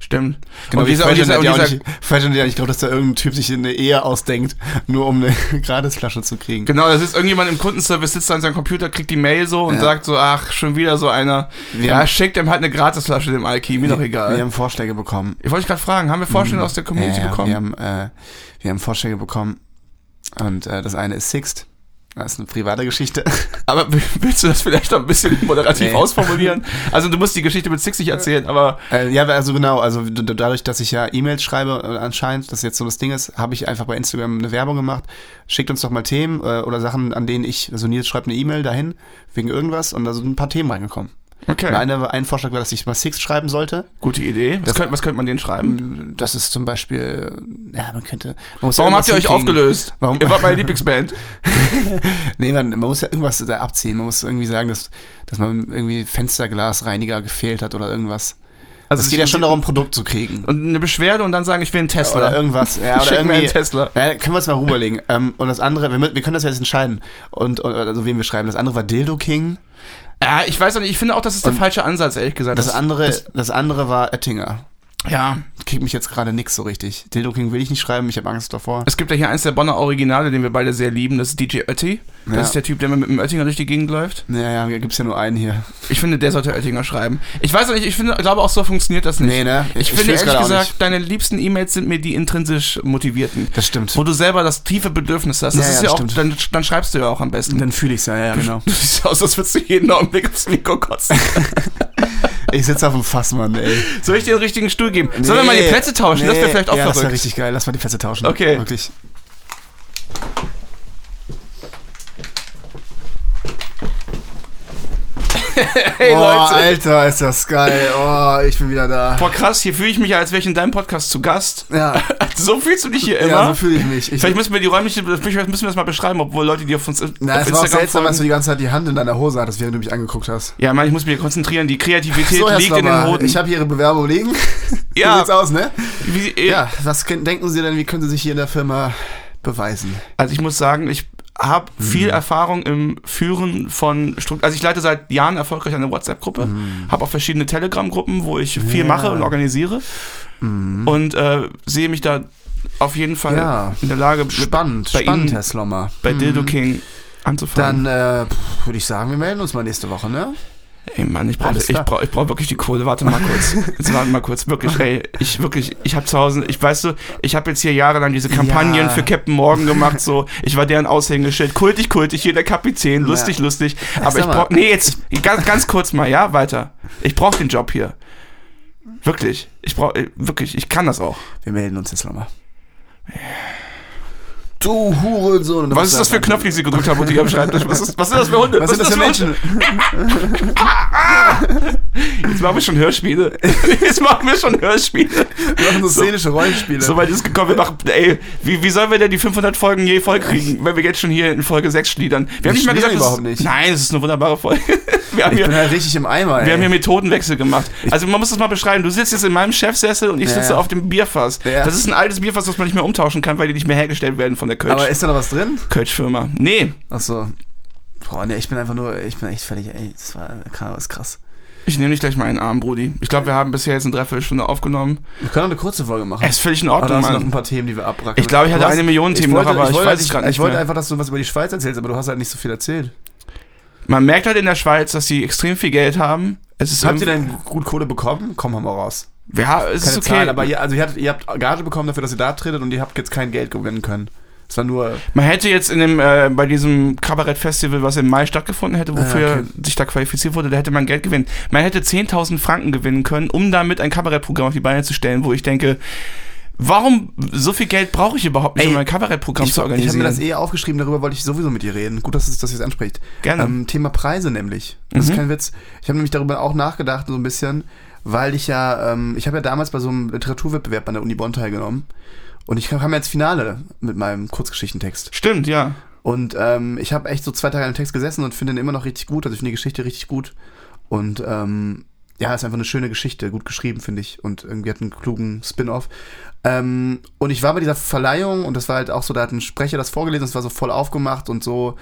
Speaker 3: Stimmt.
Speaker 4: Genau,
Speaker 3: und
Speaker 4: wie
Speaker 3: dieser, und
Speaker 4: Fred
Speaker 3: dieser,
Speaker 4: und
Speaker 3: und
Speaker 4: ja auch
Speaker 3: dieser,
Speaker 4: nicht, Fred und ja, ich glaube, dass da irgendein Typ sich eine Ehe ausdenkt, nur um eine Gratisflasche zu kriegen.
Speaker 3: genau, da sitzt irgendjemand im Kundenservice, sitzt da an seinem Computer, kriegt die Mail so und
Speaker 4: Ja.
Speaker 3: sagt so, ach, schon wieder so einer.
Speaker 4: Wir
Speaker 3: ja,
Speaker 4: haben-
Speaker 3: schickt ihm halt eine Gratisflasche dem Alki, mir doch
Speaker 4: Wir
Speaker 3: egal.
Speaker 4: haben Vorschläge bekommen.
Speaker 3: Ich wollte gerade fragen, haben wir Vorstellungen aus der Community
Speaker 4: Ja, ja,
Speaker 3: bekommen?
Speaker 4: Wir haben, äh, wir haben Vorschläge bekommen und äh, das eine ist Sixt. Das ist eine private Geschichte.
Speaker 3: Aber w- willst du das vielleicht noch ein bisschen moderativ
Speaker 4: Nee.
Speaker 3: ausformulieren? Also du musst die Geschichte mit Six nicht erzählen, aber
Speaker 4: Äh, ja, also genau, also d- d- dadurch, dass ich ja E-Mails schreibe, äh, anscheinend, das jetzt so das Ding ist, habe ich einfach bei Instagram eine Werbung gemacht. Schickt uns doch mal Themen äh, oder Sachen, an denen ich, also Nils schreibt eine E-Mail dahin, wegen irgendwas und da sind ein paar Themen reingekommen.
Speaker 3: okay.
Speaker 4: Und Eine, ein Vorschlag war, dass ich mal Sixt schreiben sollte.
Speaker 3: Gute Idee. Was könnte was könnte man denen schreiben?
Speaker 4: Das ist zum Beispiel, ja, man könnte. Man muss
Speaker 3: Warum
Speaker 4: ja
Speaker 3: habt ihr euch
Speaker 4: irgendwas hinkriegen.
Speaker 3: aufgelöst?
Speaker 4: Warum-
Speaker 3: Ihr wart meine Lieblingsband.
Speaker 4: Nee, man, man muss ja irgendwas da abziehen. Man muss irgendwie sagen, dass, dass man irgendwie Fensterglasreiniger gefehlt hat oder irgendwas.
Speaker 3: Also
Speaker 4: Es geht ja schon darum, ein Produkt zu kriegen.
Speaker 3: und eine Beschwerde und dann sagen, ich will einen Tesla.
Speaker 4: Oder irgendwas. Ja,
Speaker 3: Ja,
Speaker 4: oder
Speaker 3: mir einen
Speaker 4: irgendwie.
Speaker 3: Tesla.
Speaker 4: Ja, können wir uns mal rüberlegen. Ähm, und das andere, wir, mü- wir können das ja jetzt entscheiden. Und, und also wem wir schreiben. Das andere war Dildo King.
Speaker 3: Ja, ich weiß auch nicht, ich finde auch, das ist der falsche Ansatz, ehrlich gesagt.
Speaker 4: Das, andere, das,
Speaker 3: das-
Speaker 4: andere war Oettinger.
Speaker 3: ja,
Speaker 4: Kriegt mich jetzt gerade nix so richtig. Dildo King will ich nicht schreiben, ich habe Angst davor.
Speaker 3: es gibt ja hier eins der Bonner Originale, den wir beide sehr lieben, das ist DJ Ötti. Das
Speaker 4: Ja.
Speaker 3: ist der Typ, der mit dem Oettinger durch die Gegend läuft.
Speaker 4: Naja, ja, gibt's ja nur einen hier.
Speaker 3: Ich finde, der sollte Oettinger schreiben. Ich weiß auch nicht, ich finde, glaube auch so funktioniert das nicht.
Speaker 4: Nee, ne?
Speaker 3: Ich,
Speaker 4: Ich
Speaker 3: finde
Speaker 4: fühl's
Speaker 3: ehrlich
Speaker 4: gerade auch
Speaker 3: gesagt,
Speaker 4: nicht.
Speaker 3: deine liebsten E-Mails sind mir die intrinsisch motivierten.
Speaker 4: Das stimmt.
Speaker 3: Wo du selber das tiefe Bedürfnis hast. Das
Speaker 4: Ja,
Speaker 3: ist
Speaker 4: ja,
Speaker 3: ja auch,
Speaker 4: stimmt.
Speaker 3: dann, dann schreibst du ja auch am besten.
Speaker 4: Dann fühle ich's ja, ja, genau.
Speaker 3: Du siehst aus, als würdest du jeden Augenblick aufs Mikro kotzen.
Speaker 4: Ich sitze auf dem Fassmann, ey.
Speaker 3: Soll ich dir den richtigen Stuhl geben? Sollen wir mal die Plätze tauschen? das wäre vielleicht auch
Speaker 4: ja, Das wäre
Speaker 3: verrückt.
Speaker 4: richtig geil. Lass mal die Plätze tauschen.
Speaker 3: Okay.
Speaker 4: Wirklich.
Speaker 3: Hey
Speaker 4: oh,
Speaker 3: Leute.
Speaker 4: Alter, ist das geil. Oh, ich bin wieder da.
Speaker 3: Boah, krass, hier fühle ich mich ja, als wäre ich in deinem Podcast zu Gast.
Speaker 4: Ja,
Speaker 3: So fühlst du dich hier immer?
Speaker 4: ja so fühle ich mich. Ich,
Speaker 3: Vielleicht müssen wir die räumliche, vielleicht müssen wir das mal beschreiben, obwohl Leute, die auf uns
Speaker 4: na,
Speaker 3: auf
Speaker 4: es war auch seltsam, dass du
Speaker 3: folgen.
Speaker 4: die ganze Zeit die Hand in deiner Hose hattest, während du mich angeguckt hast.
Speaker 3: Ja, Mann, ich muss mich hier konzentrieren. Die Kreativität
Speaker 4: Herr
Speaker 3: liegt in den
Speaker 4: Slava,
Speaker 3: Hoden.
Speaker 4: Ich habe hier Ihre Bewerbung liegen.
Speaker 3: Ja.
Speaker 4: So sieht's aus, ne?
Speaker 3: Wie, äh,
Speaker 4: Ja, was können, denken Sie denn, wie können Sie sich hier in der Firma beweisen?
Speaker 3: Also ich muss sagen, ich habe
Speaker 4: Mhm.
Speaker 3: viel Erfahrung im Führen von Strukturen. Also ich leite seit Jahren erfolgreich eine WhatsApp-Gruppe, habe auch verschiedene Telegram-Gruppen, wo ich viel
Speaker 4: Mhm. Ja. Mhm.
Speaker 3: mache und organisiere und äh, sehe mich da auf jeden Fall
Speaker 4: Ja.
Speaker 3: in der Lage,
Speaker 4: Spannend,
Speaker 3: Bei
Speaker 4: spannend,
Speaker 3: Ihnen-
Speaker 4: Herr Slommer.
Speaker 3: bei Dildo King anzufangen.
Speaker 4: Dann äh, pff, würde ich sagen, wir melden uns mal nächste Woche, ne?
Speaker 3: Ey Mann, ich brauche
Speaker 4: Alles
Speaker 3: ich
Speaker 4: klar.
Speaker 3: brauch, ich brauch wirklich die Kohle. Warte mal kurz. Jetzt warte mal kurz. Wirklich, ey, ich wirklich, ich habe zu Hause, ich weißt du, ich habe jetzt hier jahrelang diese Kampagnen
Speaker 4: Ja.
Speaker 3: für Captain Morgan gemacht. So, ich war deren Aushängeschild. Kultig, kultig, hier der Kapitän. Lustig,
Speaker 4: Ja.
Speaker 3: lustig.
Speaker 4: sag
Speaker 3: Aber ich
Speaker 4: mal.
Speaker 3: brauche, nee, jetzt ganz, ganz kurz mal, ja, weiter. Ich brauche den Job hier. Wirklich, ich brauche, wirklich, ich äh, kann das auch.
Speaker 4: Wir melden uns jetzt nochmal. du Hurensohn. Und dann
Speaker 3: Was ist
Speaker 4: musst
Speaker 3: das
Speaker 4: du
Speaker 3: für ein Knopf, den sie gedrückt haben unter ihrem Schreibtisch? Was, ist, was sind das für Hunde?
Speaker 4: Was sind das für Menschen?
Speaker 3: Menschen? Jetzt machen wir schon Hörspiele. Jetzt machen wir schon Hörspiele.
Speaker 4: Wir machen so szenische Rollenspiele.
Speaker 3: So weit ist gekommen. Wir machen, ey, wie, wie sollen wir denn die 500 Folgen je voll kriegen, wenn wir jetzt schon hier in Folge 6 schliedern? Wir haben nicht mal
Speaker 4: schliedern
Speaker 3: gesagt, das-
Speaker 4: überhaupt nicht.
Speaker 3: Nein, es ist eine wunderbare Folge. Wir haben
Speaker 4: ich bin
Speaker 3: hier,
Speaker 4: halt richtig im Eimer, ey.
Speaker 3: wir haben hier Methodenwechsel gemacht. Also man muss das mal beschreiben. Du sitzt jetzt in meinem Chefsessel und ich
Speaker 4: Ja,
Speaker 3: sitze
Speaker 4: ja.
Speaker 3: auf dem Bierfass.
Speaker 4: Ja.
Speaker 3: Das ist ein altes Bierfass, das man nicht mehr umtauschen kann, weil die nicht mehr hergestellt werden von der
Speaker 4: Aber
Speaker 3: Kölsch-
Speaker 4: ist da noch was drin?
Speaker 3: Kölsch-Firma. Nee,
Speaker 4: Achso. Boah, ne, ich bin einfach nur, ich bin echt fertig, ey. Das war, das ist krass.
Speaker 3: ich nehme dich gleich mal in den Arm, Brudi. Ich glaube, wir haben bisher jetzt eine Dreiviertelstunde aufgenommen.
Speaker 4: Wir können auch eine kurze Folge machen.
Speaker 3: Es ist völlig in
Speaker 4: Aber da
Speaker 3: Ordnung,
Speaker 4: hast du noch ein
Speaker 3: Mann.
Speaker 4: paar Themen, die wir abracken.
Speaker 3: Ich glaube, ich hatte eine Million Themen noch, aber ich weiß es gerade
Speaker 4: gerade
Speaker 3: nicht
Speaker 4: Ich wollte
Speaker 3: mehr.
Speaker 4: einfach, dass du was über die Schweiz erzählst, aber du hast halt nicht so viel erzählt.
Speaker 3: Man merkt halt in der Schweiz, dass sie extrem viel Geld haben. Es ist
Speaker 4: Habt ihr
Speaker 3: irgendwie-
Speaker 4: denn gut Kohle bekommen? Komm, haben wir raus.
Speaker 3: Ja, es
Speaker 4: Keine
Speaker 3: ist okay.
Speaker 4: Zahl, aber ihr, also ihr, habt, ihr habt Gage bekommen dafür, dass ihr da tretet und ihr habt jetzt kein Geld gewinnen können. Es war nur.
Speaker 3: Man hätte jetzt in dem, äh, bei diesem Kabarett-Festival, was im Mai stattgefunden hätte, wofür
Speaker 4: Ah, okay.
Speaker 3: sich da qualifiziert wurde, da hätte man Geld gewinnen. Man hätte 10.000 Franken gewinnen können, um damit ein Kabarettprogramm auf die Beine zu stellen, wo ich denke, warum so viel Geld brauche ich überhaupt nicht,
Speaker 4: Ey,
Speaker 3: um ein Kabarettprogramm
Speaker 4: Ich, ich
Speaker 3: zu
Speaker 4: habe
Speaker 3: organisieren?
Speaker 4: mir das eh aufgeschrieben, darüber wollte ich sowieso mit dir reden. Gut, dass es das jetzt anspricht.
Speaker 3: Gerne.
Speaker 4: Ähm, Thema Preise nämlich. Das
Speaker 3: Mhm.
Speaker 4: ist kein Witz. Ich habe nämlich darüber auch nachgedacht, so ein bisschen, weil ich ja, ähm, ich habe ja damals bei so einem Literaturwettbewerb an der Uni Bonn teilgenommen. Und ich kam kam ja ins Finale mit meinem Kurzgeschichtentext.
Speaker 3: Stimmt, ja.
Speaker 4: Und ähm, ich habe echt so zwei Tage an dem Text gesessen und finde den immer noch richtig gut. Also ich finde die Geschichte richtig gut. Und ähm, ja, ist einfach eine schöne Geschichte, gut geschrieben, finde ich. Und irgendwie hat einen klugen Spin-off. Ähm, und ich war bei dieser Verleihung und das war halt auch so, da hat ein Sprecher das vorgelesen, es war so voll aufgemacht und so.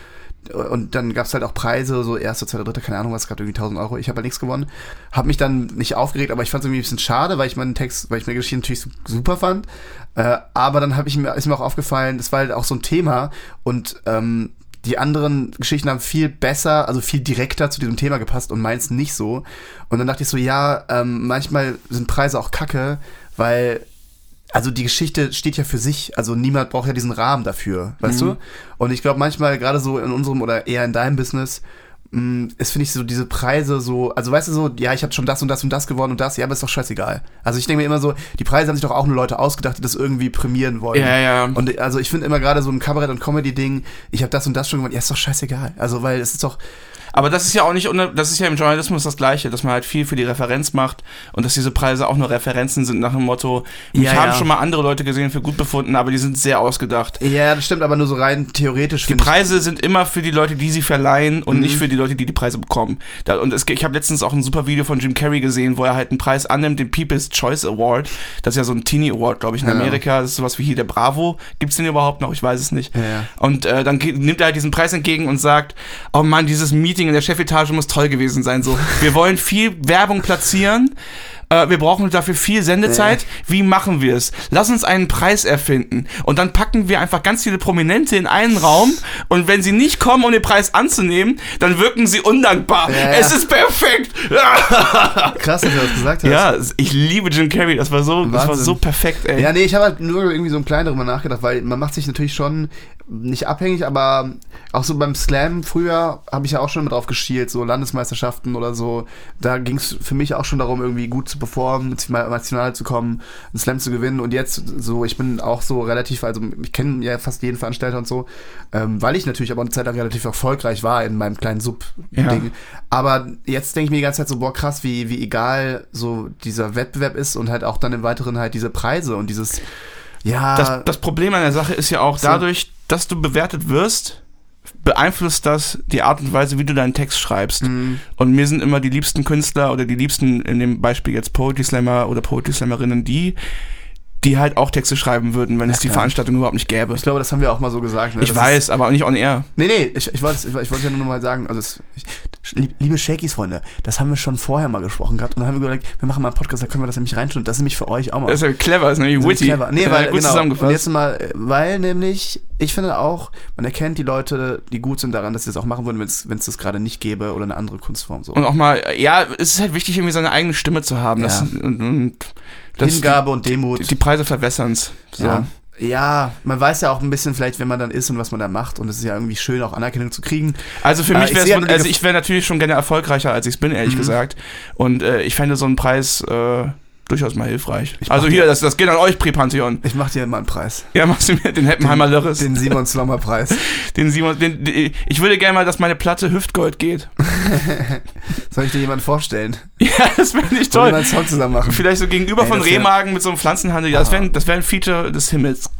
Speaker 4: Und dann gab es halt auch Preise, so erste, zweite, dritte, keine Ahnung was, es gab irgendwie 1000 Euro. Ich habe halt nichts gewonnen. Habe mich dann nicht aufgeregt, aber ich fand es irgendwie ein bisschen schade, weil ich meinen Text, weil ich meine Geschichte natürlich su- super fand. Äh, aber dann hab ich mir, ist mir auch aufgefallen, es war halt auch so ein Thema und ähm, die anderen Geschichten haben viel besser, also viel direkter zu diesem Thema gepasst und meins nicht so. Und dann dachte ich so, ja, ähm, manchmal sind Preise auch kacke, weil also die Geschichte steht ja für sich, also niemand braucht ja diesen Rahmen dafür, weißt
Speaker 3: Mhm.
Speaker 4: du? Und ich glaube manchmal, gerade so in unserem oder eher in deinem Business, mh, ist, finde ich, so diese Preise so, also weißt du so, ja, ich habe schon das und das und das gewonnen und das, ja, aber ist doch scheißegal. Also ich denke mir immer so, die Preise haben sich doch auch nur Leute ausgedacht, die das irgendwie prämieren wollen.
Speaker 3: Ja, ja.
Speaker 4: Und äh, also ich finde immer gerade so im Kabarett- und Comedy-Ding, ich habe das und das schon gewonnen, ja, ist doch scheißegal. Also weil es ist doch,
Speaker 3: Aber das ist ja auch nicht, unter- das ist ja im Journalismus das Gleiche, dass man halt viel für die Referenz macht und dass diese Preise auch nur Referenzen sind nach dem Motto, mich
Speaker 4: Ja,
Speaker 3: haben
Speaker 4: ja.
Speaker 3: schon mal andere Leute gesehen für gut befunden, aber die sind sehr ausgedacht.
Speaker 4: ja, das stimmt, aber nur so rein theoretisch.
Speaker 3: Die
Speaker 4: finde ich- Mhm.
Speaker 3: Preise sind immer für die Leute, die sie verleihen und nicht für die Leute, die die Preise bekommen. Da, und es, ge- ich habe letztens auch ein super Video von Jim Carrey gesehen, wo er halt einen Preis annimmt, den People's Choice Award. Das ist ja so ein Teenie Award, glaube ich, in
Speaker 4: Ja.
Speaker 3: Amerika. Das ist sowas wie hier der Bravo. Gibt's den überhaupt noch? Ich weiß es nicht.
Speaker 4: Ja, ja.
Speaker 3: Und äh, dann ge- nimmt er halt diesen Preis entgegen und sagt, oh Mann, dieses Meeting in der Chefetage muss toll gewesen sein. So, wir wollen viel Werbung platzieren. Äh, wir brauchen dafür viel Sendezeit. Wie machen wir es? Lass uns einen Preis erfinden. Und dann packen wir einfach ganz viele Prominente in einen Raum. Und wenn sie nicht kommen, um den Preis anzunehmen, dann wirken sie undankbar.
Speaker 4: Ja.
Speaker 3: Es ist perfekt.
Speaker 4: Krass, dass du das gesagt hast.
Speaker 3: ja, ich liebe Jim Carrey. Das war so, das war
Speaker 4: Wahnsinn.
Speaker 3: so perfekt, ey.
Speaker 4: Ja, nee, ich habe halt nur irgendwie so im Kleinen darüber nachgedacht, weil man macht sich natürlich schon nicht abhängig, aber auch so beim Slam früher habe ich ja auch schon drauf geschielt, so Landesmeisterschaften oder so. Da ging es für mich auch schon darum, irgendwie gut zu performen, mal national zu kommen, einen Slam zu gewinnen. Und jetzt so, ich bin auch so relativ, also ich kenne ja fast jeden Veranstalter und so, ähm, weil ich natürlich aber eine Zeit lang relativ erfolgreich war in meinem kleinen Sub-Ding.
Speaker 3: Ja.
Speaker 4: Aber jetzt denke ich mir die ganze Zeit so, boah, krass, wie, wie egal so dieser Wettbewerb ist und halt auch dann im Weiteren halt diese Preise und dieses, ja,
Speaker 3: das, das Problem an der Sache ist ja auch
Speaker 4: Ah. So.
Speaker 3: dadurch, dass du bewertet wirst, beeinflusst das die Art und Weise, wie du deinen Text schreibst.
Speaker 4: Mhm.
Speaker 3: Und mir sind immer die liebsten Künstler oder die liebsten, in dem Beispiel jetzt Poetry Slammer oder Poetry Slammerinnen, die, die halt auch Texte schreiben würden, wenn es die
Speaker 4: klar.
Speaker 3: Veranstaltung überhaupt nicht gäbe.
Speaker 4: ich glaube, das Oh. haben wir auch mal so gesagt. Ne?
Speaker 3: Ich
Speaker 4: Das
Speaker 3: weiß, aber nicht on air.
Speaker 4: Nee, nee, ich, ich wollte es ich, wollte- ich wollte ja nur noch mal sagen, also es, ich, lieb- liebe Shakies Freunde, das haben wir schon vorher mal gesprochen gehabt und dann haben wir gedacht, wir machen mal einen Podcast, da können wir das nämlich reinschauen, das ist nämlich für euch auch mal.
Speaker 3: Das ist ja clever, ist nämlich
Speaker 4: Ziemlich
Speaker 3: witty.
Speaker 4: Clever. Nee,
Speaker 3: Ja,
Speaker 4: weil,
Speaker 3: gut
Speaker 4: genau. Und
Speaker 3: zusammengefasst.
Speaker 4: jetzt mal, äh, weil nämlich, ich finde auch, man erkennt die Leute, die gut sind daran, dass sie das auch machen würden, wenn es das gerade nicht gäbe oder eine andere Kunstform so.
Speaker 3: Und auch mal, ja, es ist halt wichtig, irgendwie seine eigene Stimme zu haben. Das,
Speaker 4: Ja.
Speaker 3: und, und das,
Speaker 4: Hingabe und Demut.
Speaker 3: Die, die Preise verwässern's. So.
Speaker 4: ja. ja, man weiß ja auch ein bisschen vielleicht, wenn man dann ist und was man da macht und es ist ja irgendwie schön, auch Anerkennung zu kriegen.
Speaker 3: Also für
Speaker 4: Äh,
Speaker 3: mich
Speaker 4: ich
Speaker 3: wäre
Speaker 4: sehe ja nur
Speaker 3: es,
Speaker 4: die
Speaker 3: also
Speaker 4: Gef- Mhm.
Speaker 3: ich wäre natürlich schon gerne erfolgreicher, als ich es bin, ehrlich gesagt. Und äh, ich fände so einen Preis, äh, durchaus mal hilfreich. also hier, das, das geht an euch, Prepantheon.
Speaker 4: Ich mach dir immer einen Preis.
Speaker 3: Ja, machst du mir den Heppenheimer Lörres, den,
Speaker 4: Den Simon Slommer Preis.
Speaker 3: Simon, den, den, ich würde gerne mal, dass meine Platte Hüftgold geht.
Speaker 4: Soll ich dir jemanden vorstellen?
Speaker 3: Ja, das wäre nicht
Speaker 4: Sollen wir mal
Speaker 3: toll.
Speaker 4: einen Song zusammen machen?
Speaker 3: Vielleicht so gegenüber
Speaker 4: Ey,
Speaker 3: von
Speaker 4: das wär- Ah.
Speaker 3: Rehmagen mit so einem Pflanzenhandel. Ja, das wäre das wär ein Feature des Himmels.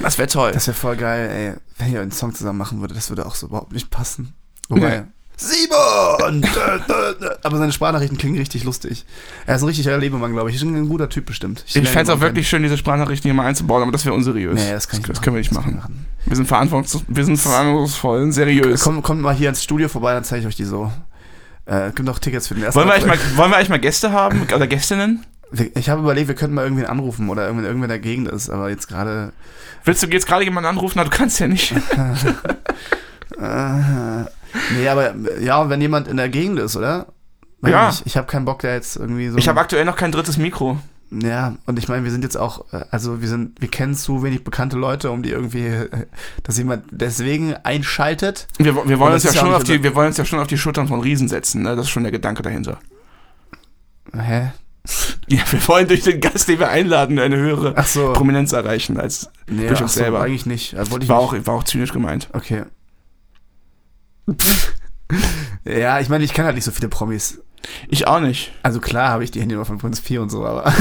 Speaker 3: Das wäre toll.
Speaker 4: Das wäre voll geil, ey. Wenn ihr einen Song zusammen machen würdet, das würde auch so überhaupt nicht passen. Wobei.
Speaker 3: Nee.
Speaker 4: Simon! Dö, dö, dö. Aber seine Sprachnachrichten klingen richtig lustig. Er ist ein richtiger Lebemann, glaube ich. Ist ein guter Typ bestimmt.
Speaker 3: ich
Speaker 4: lerne
Speaker 3: fände es
Speaker 4: ihn
Speaker 3: auch wirklich schön, diese Sprachnachrichten hier mal einzubauen, aber das wäre unseriös.
Speaker 4: kennen. Nee, das, kann ich
Speaker 3: können wir nicht
Speaker 4: Das kann
Speaker 3: machen.
Speaker 4: ich
Speaker 3: Wir sind, verantwortungs wir sind verantwortungsvoll und seriös.
Speaker 4: Komm, kommt mal hier ins Studio vorbei, dann zeige ich euch die so. Äh, gibt noch Tickets für den ersten
Speaker 3: wollen, wir eigentlich
Speaker 4: Auftritt.
Speaker 3: mal, wollen wir eigentlich mal Gäste haben oder Gästinnen?
Speaker 4: Wir- Ich habe überlegt, wir könnten mal irgendwen anrufen oder irgendwen, irgendwer dagegen ist, aber jetzt gerade.
Speaker 3: Willst du jetzt gerade jemanden anrufen? Na, du kannst ja nicht.
Speaker 4: Äh, nee, aber ja, wenn jemand in der Gegend ist, oder? Weiß
Speaker 3: Ja.
Speaker 4: nicht. Ich, habe keinen Bock, der jetzt irgendwie so.
Speaker 3: Ich habe aktuell noch kein drittes Mikro.
Speaker 4: Ja, und ich meine, wir sind jetzt auch, äh, also wir sind, wir kennen zu wenig bekannte Leute, um die irgendwie, äh, dass jemand deswegen einschaltet.
Speaker 3: Wir, wir, wollen uns
Speaker 4: Und das
Speaker 3: ja
Speaker 4: ist ja
Speaker 3: schon
Speaker 4: auch
Speaker 3: auf
Speaker 4: nicht
Speaker 3: die, wir wollen uns ja schon auf die Schultern von Riesen setzen. Ne? Das ist schon der Gedanke dahinter.
Speaker 4: Hä?
Speaker 3: Ja, wir wollen durch den Gast, den wir einladen, eine höhere
Speaker 4: Ach so.
Speaker 3: Prominenz erreichen. Als,
Speaker 4: Nee,
Speaker 3: durch
Speaker 4: ach
Speaker 3: uns
Speaker 4: so,
Speaker 3: selber.
Speaker 4: eigentlich nicht. Also, wollte ich
Speaker 3: war,
Speaker 4: nicht.
Speaker 3: auch, war auch zynisch gemeint.
Speaker 4: Okay. ja, ich meine, ich kann halt nicht so viele Promis.
Speaker 3: Ich auch nicht.
Speaker 4: Also klar habe ich die Handynummer von Prinz 4 und so, aber.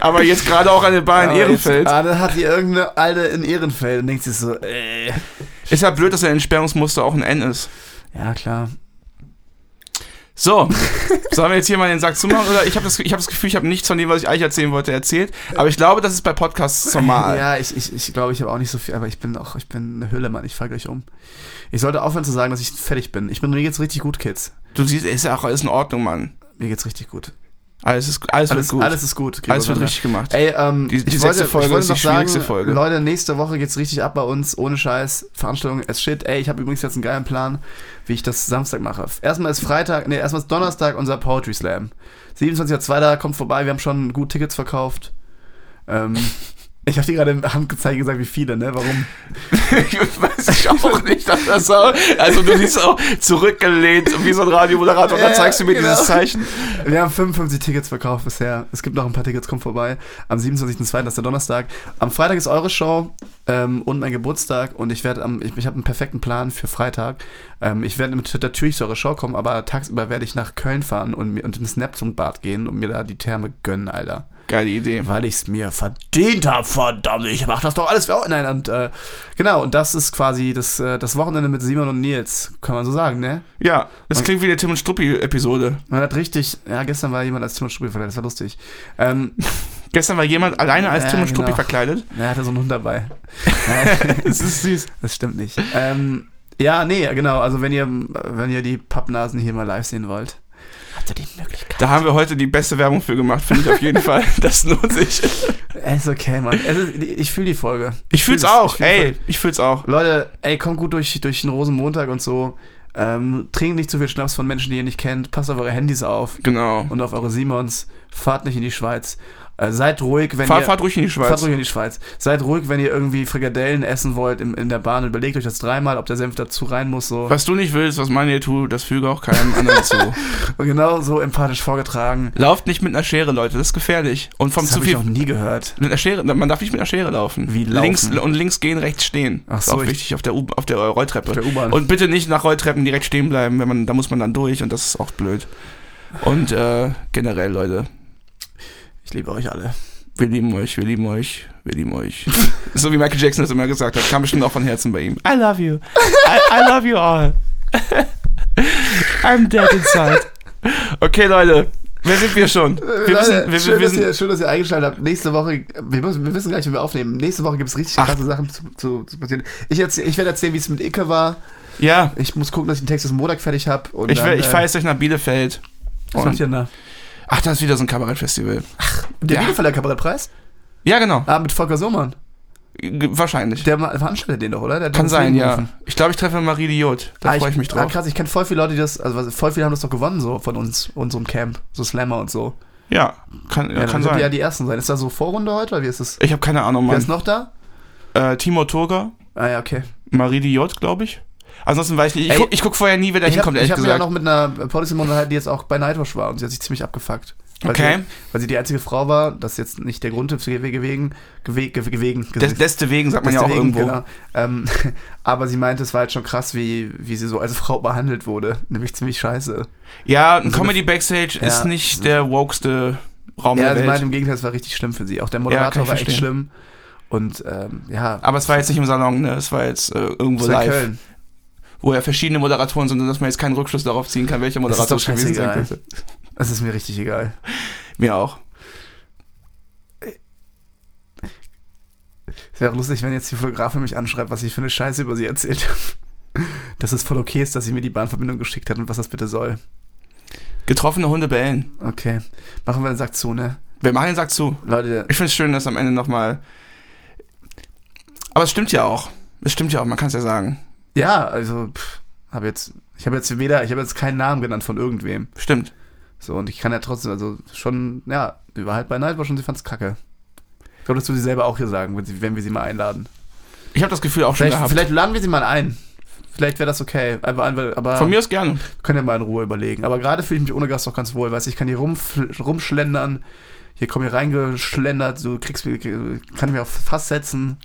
Speaker 3: Aber jetzt gerade auch an der Bar in
Speaker 4: aber
Speaker 3: Ehrenfeld.
Speaker 4: Jetzt, ah, dann hat die irgendeine Alte in Ehrenfeld und denkt sich so, äh.
Speaker 3: Ist ja blöd, dass der Entsperrungsmuster auch ein N ist.
Speaker 4: Ja, klar.
Speaker 3: So, sollen wir jetzt hier mal den Sack zumachen? Oder ich habe das, ich hab das Gefühl, ich habe nichts von dem, was ich eigentlich erzählen wollte, erzählt. Aber ich glaube, das ist bei Podcasts normal.
Speaker 4: Ja, ich glaube, ich, ich, glaube, ich habe auch nicht so viel, aber ich bin auch, ich bin eine Hülle, Mann. Ich fall gleich um. Ich sollte aufhören zu sagen, dass ich fertig bin. Ich bin, mir geht's richtig gut, Kids.
Speaker 3: Du siehst, ist ja auch alles in Ordnung, Mann.
Speaker 4: Mir geht's richtig gut.
Speaker 3: Alles ist alles,
Speaker 4: Alles,
Speaker 3: wird gut.
Speaker 4: alles ist gut.
Speaker 3: alles wird
Speaker 4: Gregor
Speaker 3: richtig gemacht.
Speaker 4: Ey, ähm,
Speaker 3: Die- die
Speaker 4: ich wollte,
Speaker 3: sechste Folge
Speaker 4: ich wollte
Speaker 3: ist
Speaker 4: noch
Speaker 3: die
Speaker 4: sagen,
Speaker 3: schwierigste Folge.
Speaker 4: Leute, nächste Woche geht's richtig ab bei uns, ohne Scheiß. Veranstaltung as shit. Ey, ich habe übrigens jetzt einen geilen Plan, wie ich das Samstag mache. Erstmal ist Freitag, nee, erstmal ist Donnerstag unser Poetry Slam. 27.02. kommt vorbei, wir haben schon gut Tickets verkauft. Ähm, ich habe dir gerade im Handzeichen gesagt, wie viele, ne? Warum?
Speaker 3: Ich weiß ich auch nicht, dass das auch. Also du siehst auch zurückgelehnt wie so ein Radiomoderator.
Speaker 4: Ja,
Speaker 3: dann zeigst du mir
Speaker 4: genau.
Speaker 3: dieses Zeichen.
Speaker 4: Wir haben 55 Tickets verkauft bisher. Es gibt noch ein paar Tickets, kommt vorbei. Am 27.02., das ist der Donnerstag. Am Freitag ist eure Show ähm, und mein Geburtstag. Und ich werde am, ich, ich habe einen perfekten Plan für Freitag. Ähm, ich werde mit- natürlich zu eurer Show kommen, aber tagsüber werde ich nach Köln fahren und, mir, und ins Neptunbad gehen und mir da die Therme gönnen, Alter.
Speaker 3: Geile Idee.
Speaker 4: Weil ich es mir verdient habe, verdammt. Ich mach das doch alles für euch. Nein, und äh, genau, und das ist quasi das, äh, das Wochenende mit Simon und Nils. Kann man so sagen, ne?
Speaker 3: Ja, das klingt wie eine Tim und Struppi-Episode.
Speaker 4: Man hat richtig, ja, gestern war jemand als Tim und Struppi verkleidet, das war lustig. Ähm,
Speaker 3: Gestern war jemand alleine als
Speaker 4: Ja,
Speaker 3: Tim und Struppi
Speaker 4: genau.
Speaker 3: verkleidet.
Speaker 4: er hatte so einen Hund dabei. Nein,
Speaker 3: Das ist süß.
Speaker 4: das stimmt nicht. Ähm, ja, nee, genau, also wenn ihr, wenn ihr die Pappnasen hier mal live sehen wollt, habt ihr die Möglichkeit.
Speaker 3: Da haben wir heute die beste Werbung für gemacht, finde ich auf jeden Fall. Das lohnt sich.
Speaker 4: Es ist okay, Mann. Es ist, ich fühle die Folge.
Speaker 3: Ich fühl's
Speaker 4: fühl's,
Speaker 3: auch.
Speaker 4: ich fühl's
Speaker 3: ey, ich fühl's auch.
Speaker 4: Leute, ey, kommt gut durch, durch den Rosenmontag und so. Ähm, trinkt nicht zu viel Schnaps von Menschen, die ihr nicht kennt. Passt auf eure Handys auf
Speaker 3: Genau.
Speaker 4: und auf eure Simons. Fahrt nicht in die Schweiz. Äh, seid ruhig, wenn
Speaker 3: Fahr,
Speaker 4: ihr...
Speaker 3: fahrt ruhig in die Schweiz.
Speaker 4: Fahrt ruhig in die Schweiz. Seid ruhig, wenn ihr irgendwie Frikadellen essen wollt in, in der Bahn. Überlegt euch das dreimal, ob der Senf dazu rein muss. So.
Speaker 3: Was du nicht willst, was man hier tut, das füge auch keinem anderen zu.
Speaker 4: Und genau so empathisch vorgetragen.
Speaker 3: Lauft nicht mit einer Schere, Leute, das ist gefährlich. Und vom
Speaker 4: Das
Speaker 3: zu
Speaker 4: habe ich
Speaker 3: viel.
Speaker 4: noch nie gehört.
Speaker 3: Mit einer Schere, man darf nicht mit einer Schere laufen.
Speaker 4: Wie laufen?
Speaker 3: Links und links gehen, rechts stehen.
Speaker 4: Ach
Speaker 3: ist
Speaker 4: so,
Speaker 3: auch
Speaker 4: ich-
Speaker 3: wichtig auf der, U auf der Rolltreppe.
Speaker 4: Auf der U-Bahn.
Speaker 3: Und bitte nicht nach Rolltreppen direkt stehen bleiben, wenn man, da muss man dann durch und das ist auch blöd. Und äh, generell, Leute,
Speaker 4: Ich liebe euch alle.
Speaker 3: wir lieben euch, wir lieben euch, wir lieben euch. so wie Michael Jackson das immer gesagt hat, kam bestimmt auch von Herzen bei ihm. I love you. I, I love you all. I'm dead inside. Okay, Leute, wer sind wir schon? Wir
Speaker 4: Äh,
Speaker 3: wissen,
Speaker 4: Leute,
Speaker 3: wir,
Speaker 4: schön,
Speaker 3: wir, wir
Speaker 4: dass ihr,
Speaker 3: sind,
Speaker 4: schön, dass ihr eingeschaltet habt. Nächste Woche, wir, müssen, wir wissen gleich, wie wir aufnehmen. Nächste Woche gibt es richtig
Speaker 3: Ach.
Speaker 4: krasse Sachen zu, zu, zu passieren. Ich, erzähl, ich werde erzählen, wie es mit Icke war.
Speaker 3: ja,
Speaker 4: Ich muss gucken, dass ich den Text des Montag fertig habe.
Speaker 3: ich, will- ich fahre jetzt gleich nach Bielefeld.
Speaker 4: Was äh, macht ihr denn da?
Speaker 3: Ach, da ist wieder so ein Kabarettfestival.
Speaker 4: Der
Speaker 3: Ja.
Speaker 4: Bielefelder Kabarettpreis?
Speaker 3: Ja, genau.
Speaker 4: Ah, mit Volker Sohmann.
Speaker 3: G- Wahrscheinlich.
Speaker 4: Der ma- veranstaltet den doch, oder? Der hat
Speaker 3: Kann
Speaker 4: uns
Speaker 3: sein, ja.
Speaker 4: hingerufen.
Speaker 3: Ich glaube, ich treffe Marie Diot. Da
Speaker 4: Ah,
Speaker 3: freue ich mich
Speaker 4: Ah,
Speaker 3: drauf.
Speaker 4: krass, ich kenne voll viele Leute, die das, also was- voll viele haben das doch gewonnen, so von uns, unserem Camp, so Slammer und so.
Speaker 3: ja, kann, ja,
Speaker 4: dann
Speaker 3: kann
Speaker 4: sind die ja
Speaker 3: sein.
Speaker 4: die ersten sein. Ist da so Vorrunde heute oder wie ist es?
Speaker 3: Ich habe keine Ahnung,
Speaker 4: Wer
Speaker 3: Mann.
Speaker 4: ist noch da?
Speaker 3: Äh, Timo Turger,
Speaker 4: Ah ja, okay.
Speaker 3: Marie Diot, glaube ich. Ansonsten weiß ich nicht. Ich
Speaker 4: Ey,
Speaker 3: gucke guck vorher nie, wer da
Speaker 4: Ich habe
Speaker 3: hinkommt, ehrlich
Speaker 4: hab mich ja
Speaker 3: gesagt.
Speaker 4: noch mit einer Policeman unterhalten, die jetzt auch bei Nightwatch war und sie hat sich ziemlich abgefuckt. Weil
Speaker 3: Okay.
Speaker 4: Sie, weil sie die einzige Frau war, das ist jetzt nicht der Grund für gewegen, gewegen, gewegen,
Speaker 3: Des, deswegen sagt man ja auch
Speaker 4: Deswegen,
Speaker 3: irgendwo.
Speaker 4: genau. Ähm, aber sie meinte, es war halt schon krass, wie, wie sie so als Frau behandelt wurde. Nämlich ziemlich scheiße.
Speaker 3: Ja, ein
Speaker 4: So eine-
Speaker 3: Comedy Backstage
Speaker 4: Also Ja.
Speaker 3: ist nicht der wokeste Raum
Speaker 4: ja,
Speaker 3: der
Speaker 4: sie meinte,
Speaker 3: Welt.
Speaker 4: im Gegenteil, es war richtig schlimm für sie. Auch der
Speaker 3: Ja, kann
Speaker 4: Moderator
Speaker 3: ich
Speaker 4: war echt
Speaker 3: verstehen.
Speaker 4: schlimm. Und ähm, ja,
Speaker 3: Aber es war jetzt nicht im Salon, ne? Es war jetzt äh, irgendwo
Speaker 4: es war in
Speaker 3: live,
Speaker 4: Köln.
Speaker 3: wo ja verschiedene Moderatoren sind, sodass man jetzt keinen Rückschluss darauf ziehen kann, welcher
Speaker 4: ist
Speaker 3: Moderator
Speaker 4: doch
Speaker 3: es gewesen sein
Speaker 4: scheißegal.
Speaker 3: könnte.
Speaker 4: Das ist mir richtig egal.
Speaker 3: Mir auch.
Speaker 4: Es wäre lustig, wenn jetzt die Fotografin mich anschreibt, was ich für eine Scheiße über sie erzählt habe. Dass es voll okay ist, dass sie mir die Bahnverbindung geschickt hat und was das bitte soll.
Speaker 3: Getroffene Hunde bellen.
Speaker 4: Okay. Machen wir den Sack zu, ne?
Speaker 3: Wer macht den sagt zu.
Speaker 4: Leute,
Speaker 3: Ich finde es schön, dass am Ende nochmal. Aber es stimmt ja auch. Es stimmt ja auch, man kann es ja sagen.
Speaker 4: ja, also, pff, hab jetzt, ich habe jetzt weder, ich habe jetzt keinen Namen genannt von irgendwem.
Speaker 3: Stimmt.
Speaker 4: So, und ich kann ja trotzdem, also schon, ja, die war halt bei Nightwatch und sie fand's kacke. Ich glaube, das würde sie selber auch hier sagen, wenn, sie, wenn wir sie mal einladen.
Speaker 3: Ich habe das Gefühl auch schon
Speaker 4: Vielleicht,
Speaker 3: gehabt.
Speaker 4: vielleicht laden wir sie mal ein. Vielleicht wäre das okay. Aber, aber, aber
Speaker 3: Von mir aus gerne.
Speaker 4: können wir mal in Ruhe überlegen. Aber gerade fühle ich mich ohne Gast auch ganz wohl, weißt du, ich kann hier rumfl- rumschlendern. Hier komm hier reingeschlendert, du kriegst mir, kann ich mir auf Fass setzen.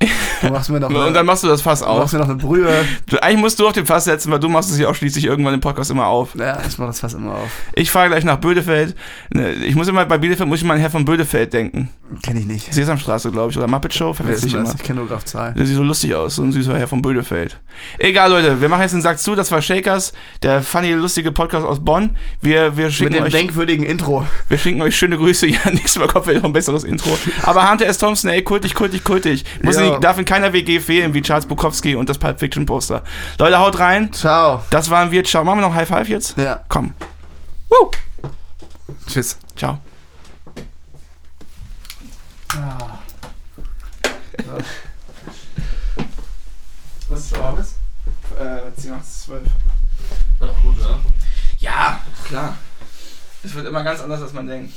Speaker 4: Du machst mir noch
Speaker 3: Und dann
Speaker 4: eine,
Speaker 3: machst du das Fass auf.
Speaker 4: machst mir noch eine Brühe.
Speaker 3: Du, eigentlich musst du auf den Fass setzen, weil du machst es ja auch schließlich irgendwann im Podcast immer auf.
Speaker 4: Ja, ich mach das Fass immer auf.
Speaker 3: Ich fahre gleich nach Bödefeld. Ne, Ich muss immer bei Bielefeld, muss ich mal an Herr von Bödefeld denken.
Speaker 4: Kenne ich nicht.
Speaker 3: Sesamstraße, glaube ich, oder Muppet Show,
Speaker 4: Wer ist
Speaker 3: verwechsel
Speaker 4: denn
Speaker 3: ich immer.
Speaker 4: das? Ich kenne nur Graf Zahl.
Speaker 3: Der sieht so lustig aus, so ein süßer Herr von Bödefeld. Egal, Leute, wir machen jetzt den Sack zu, das war Shakers, der funny, lustige Podcast aus Bonn. Wir, wir,
Speaker 4: Mit
Speaker 3: schicken,
Speaker 4: dem
Speaker 3: euch,
Speaker 4: denkwürdigen Intro.
Speaker 3: wir schicken euch schöne Grüße. Ja, nächstes Mal kommt vielleicht noch ein besseres Intro. Aber Hunter S. Thompson, ey, kultig, kultig, kultig. Muss
Speaker 4: Ja.
Speaker 3: nicht, darf in keiner WG fehlen, wie Charles Bukowski und das Pulp Fiction Poster. Leute, haut rein.
Speaker 4: Ciao.
Speaker 3: Das waren wir. Ciao. Machen wir noch High Five jetzt?
Speaker 4: Ja.
Speaker 3: Komm. Woo.
Speaker 4: Tschüss.
Speaker 3: Ciao. Ah. Was ist Abend? Äh, 10 nach 12.
Speaker 1: War doch gut, oder?
Speaker 3: Ja, klar. Es wird immer ganz anders, als man denkt.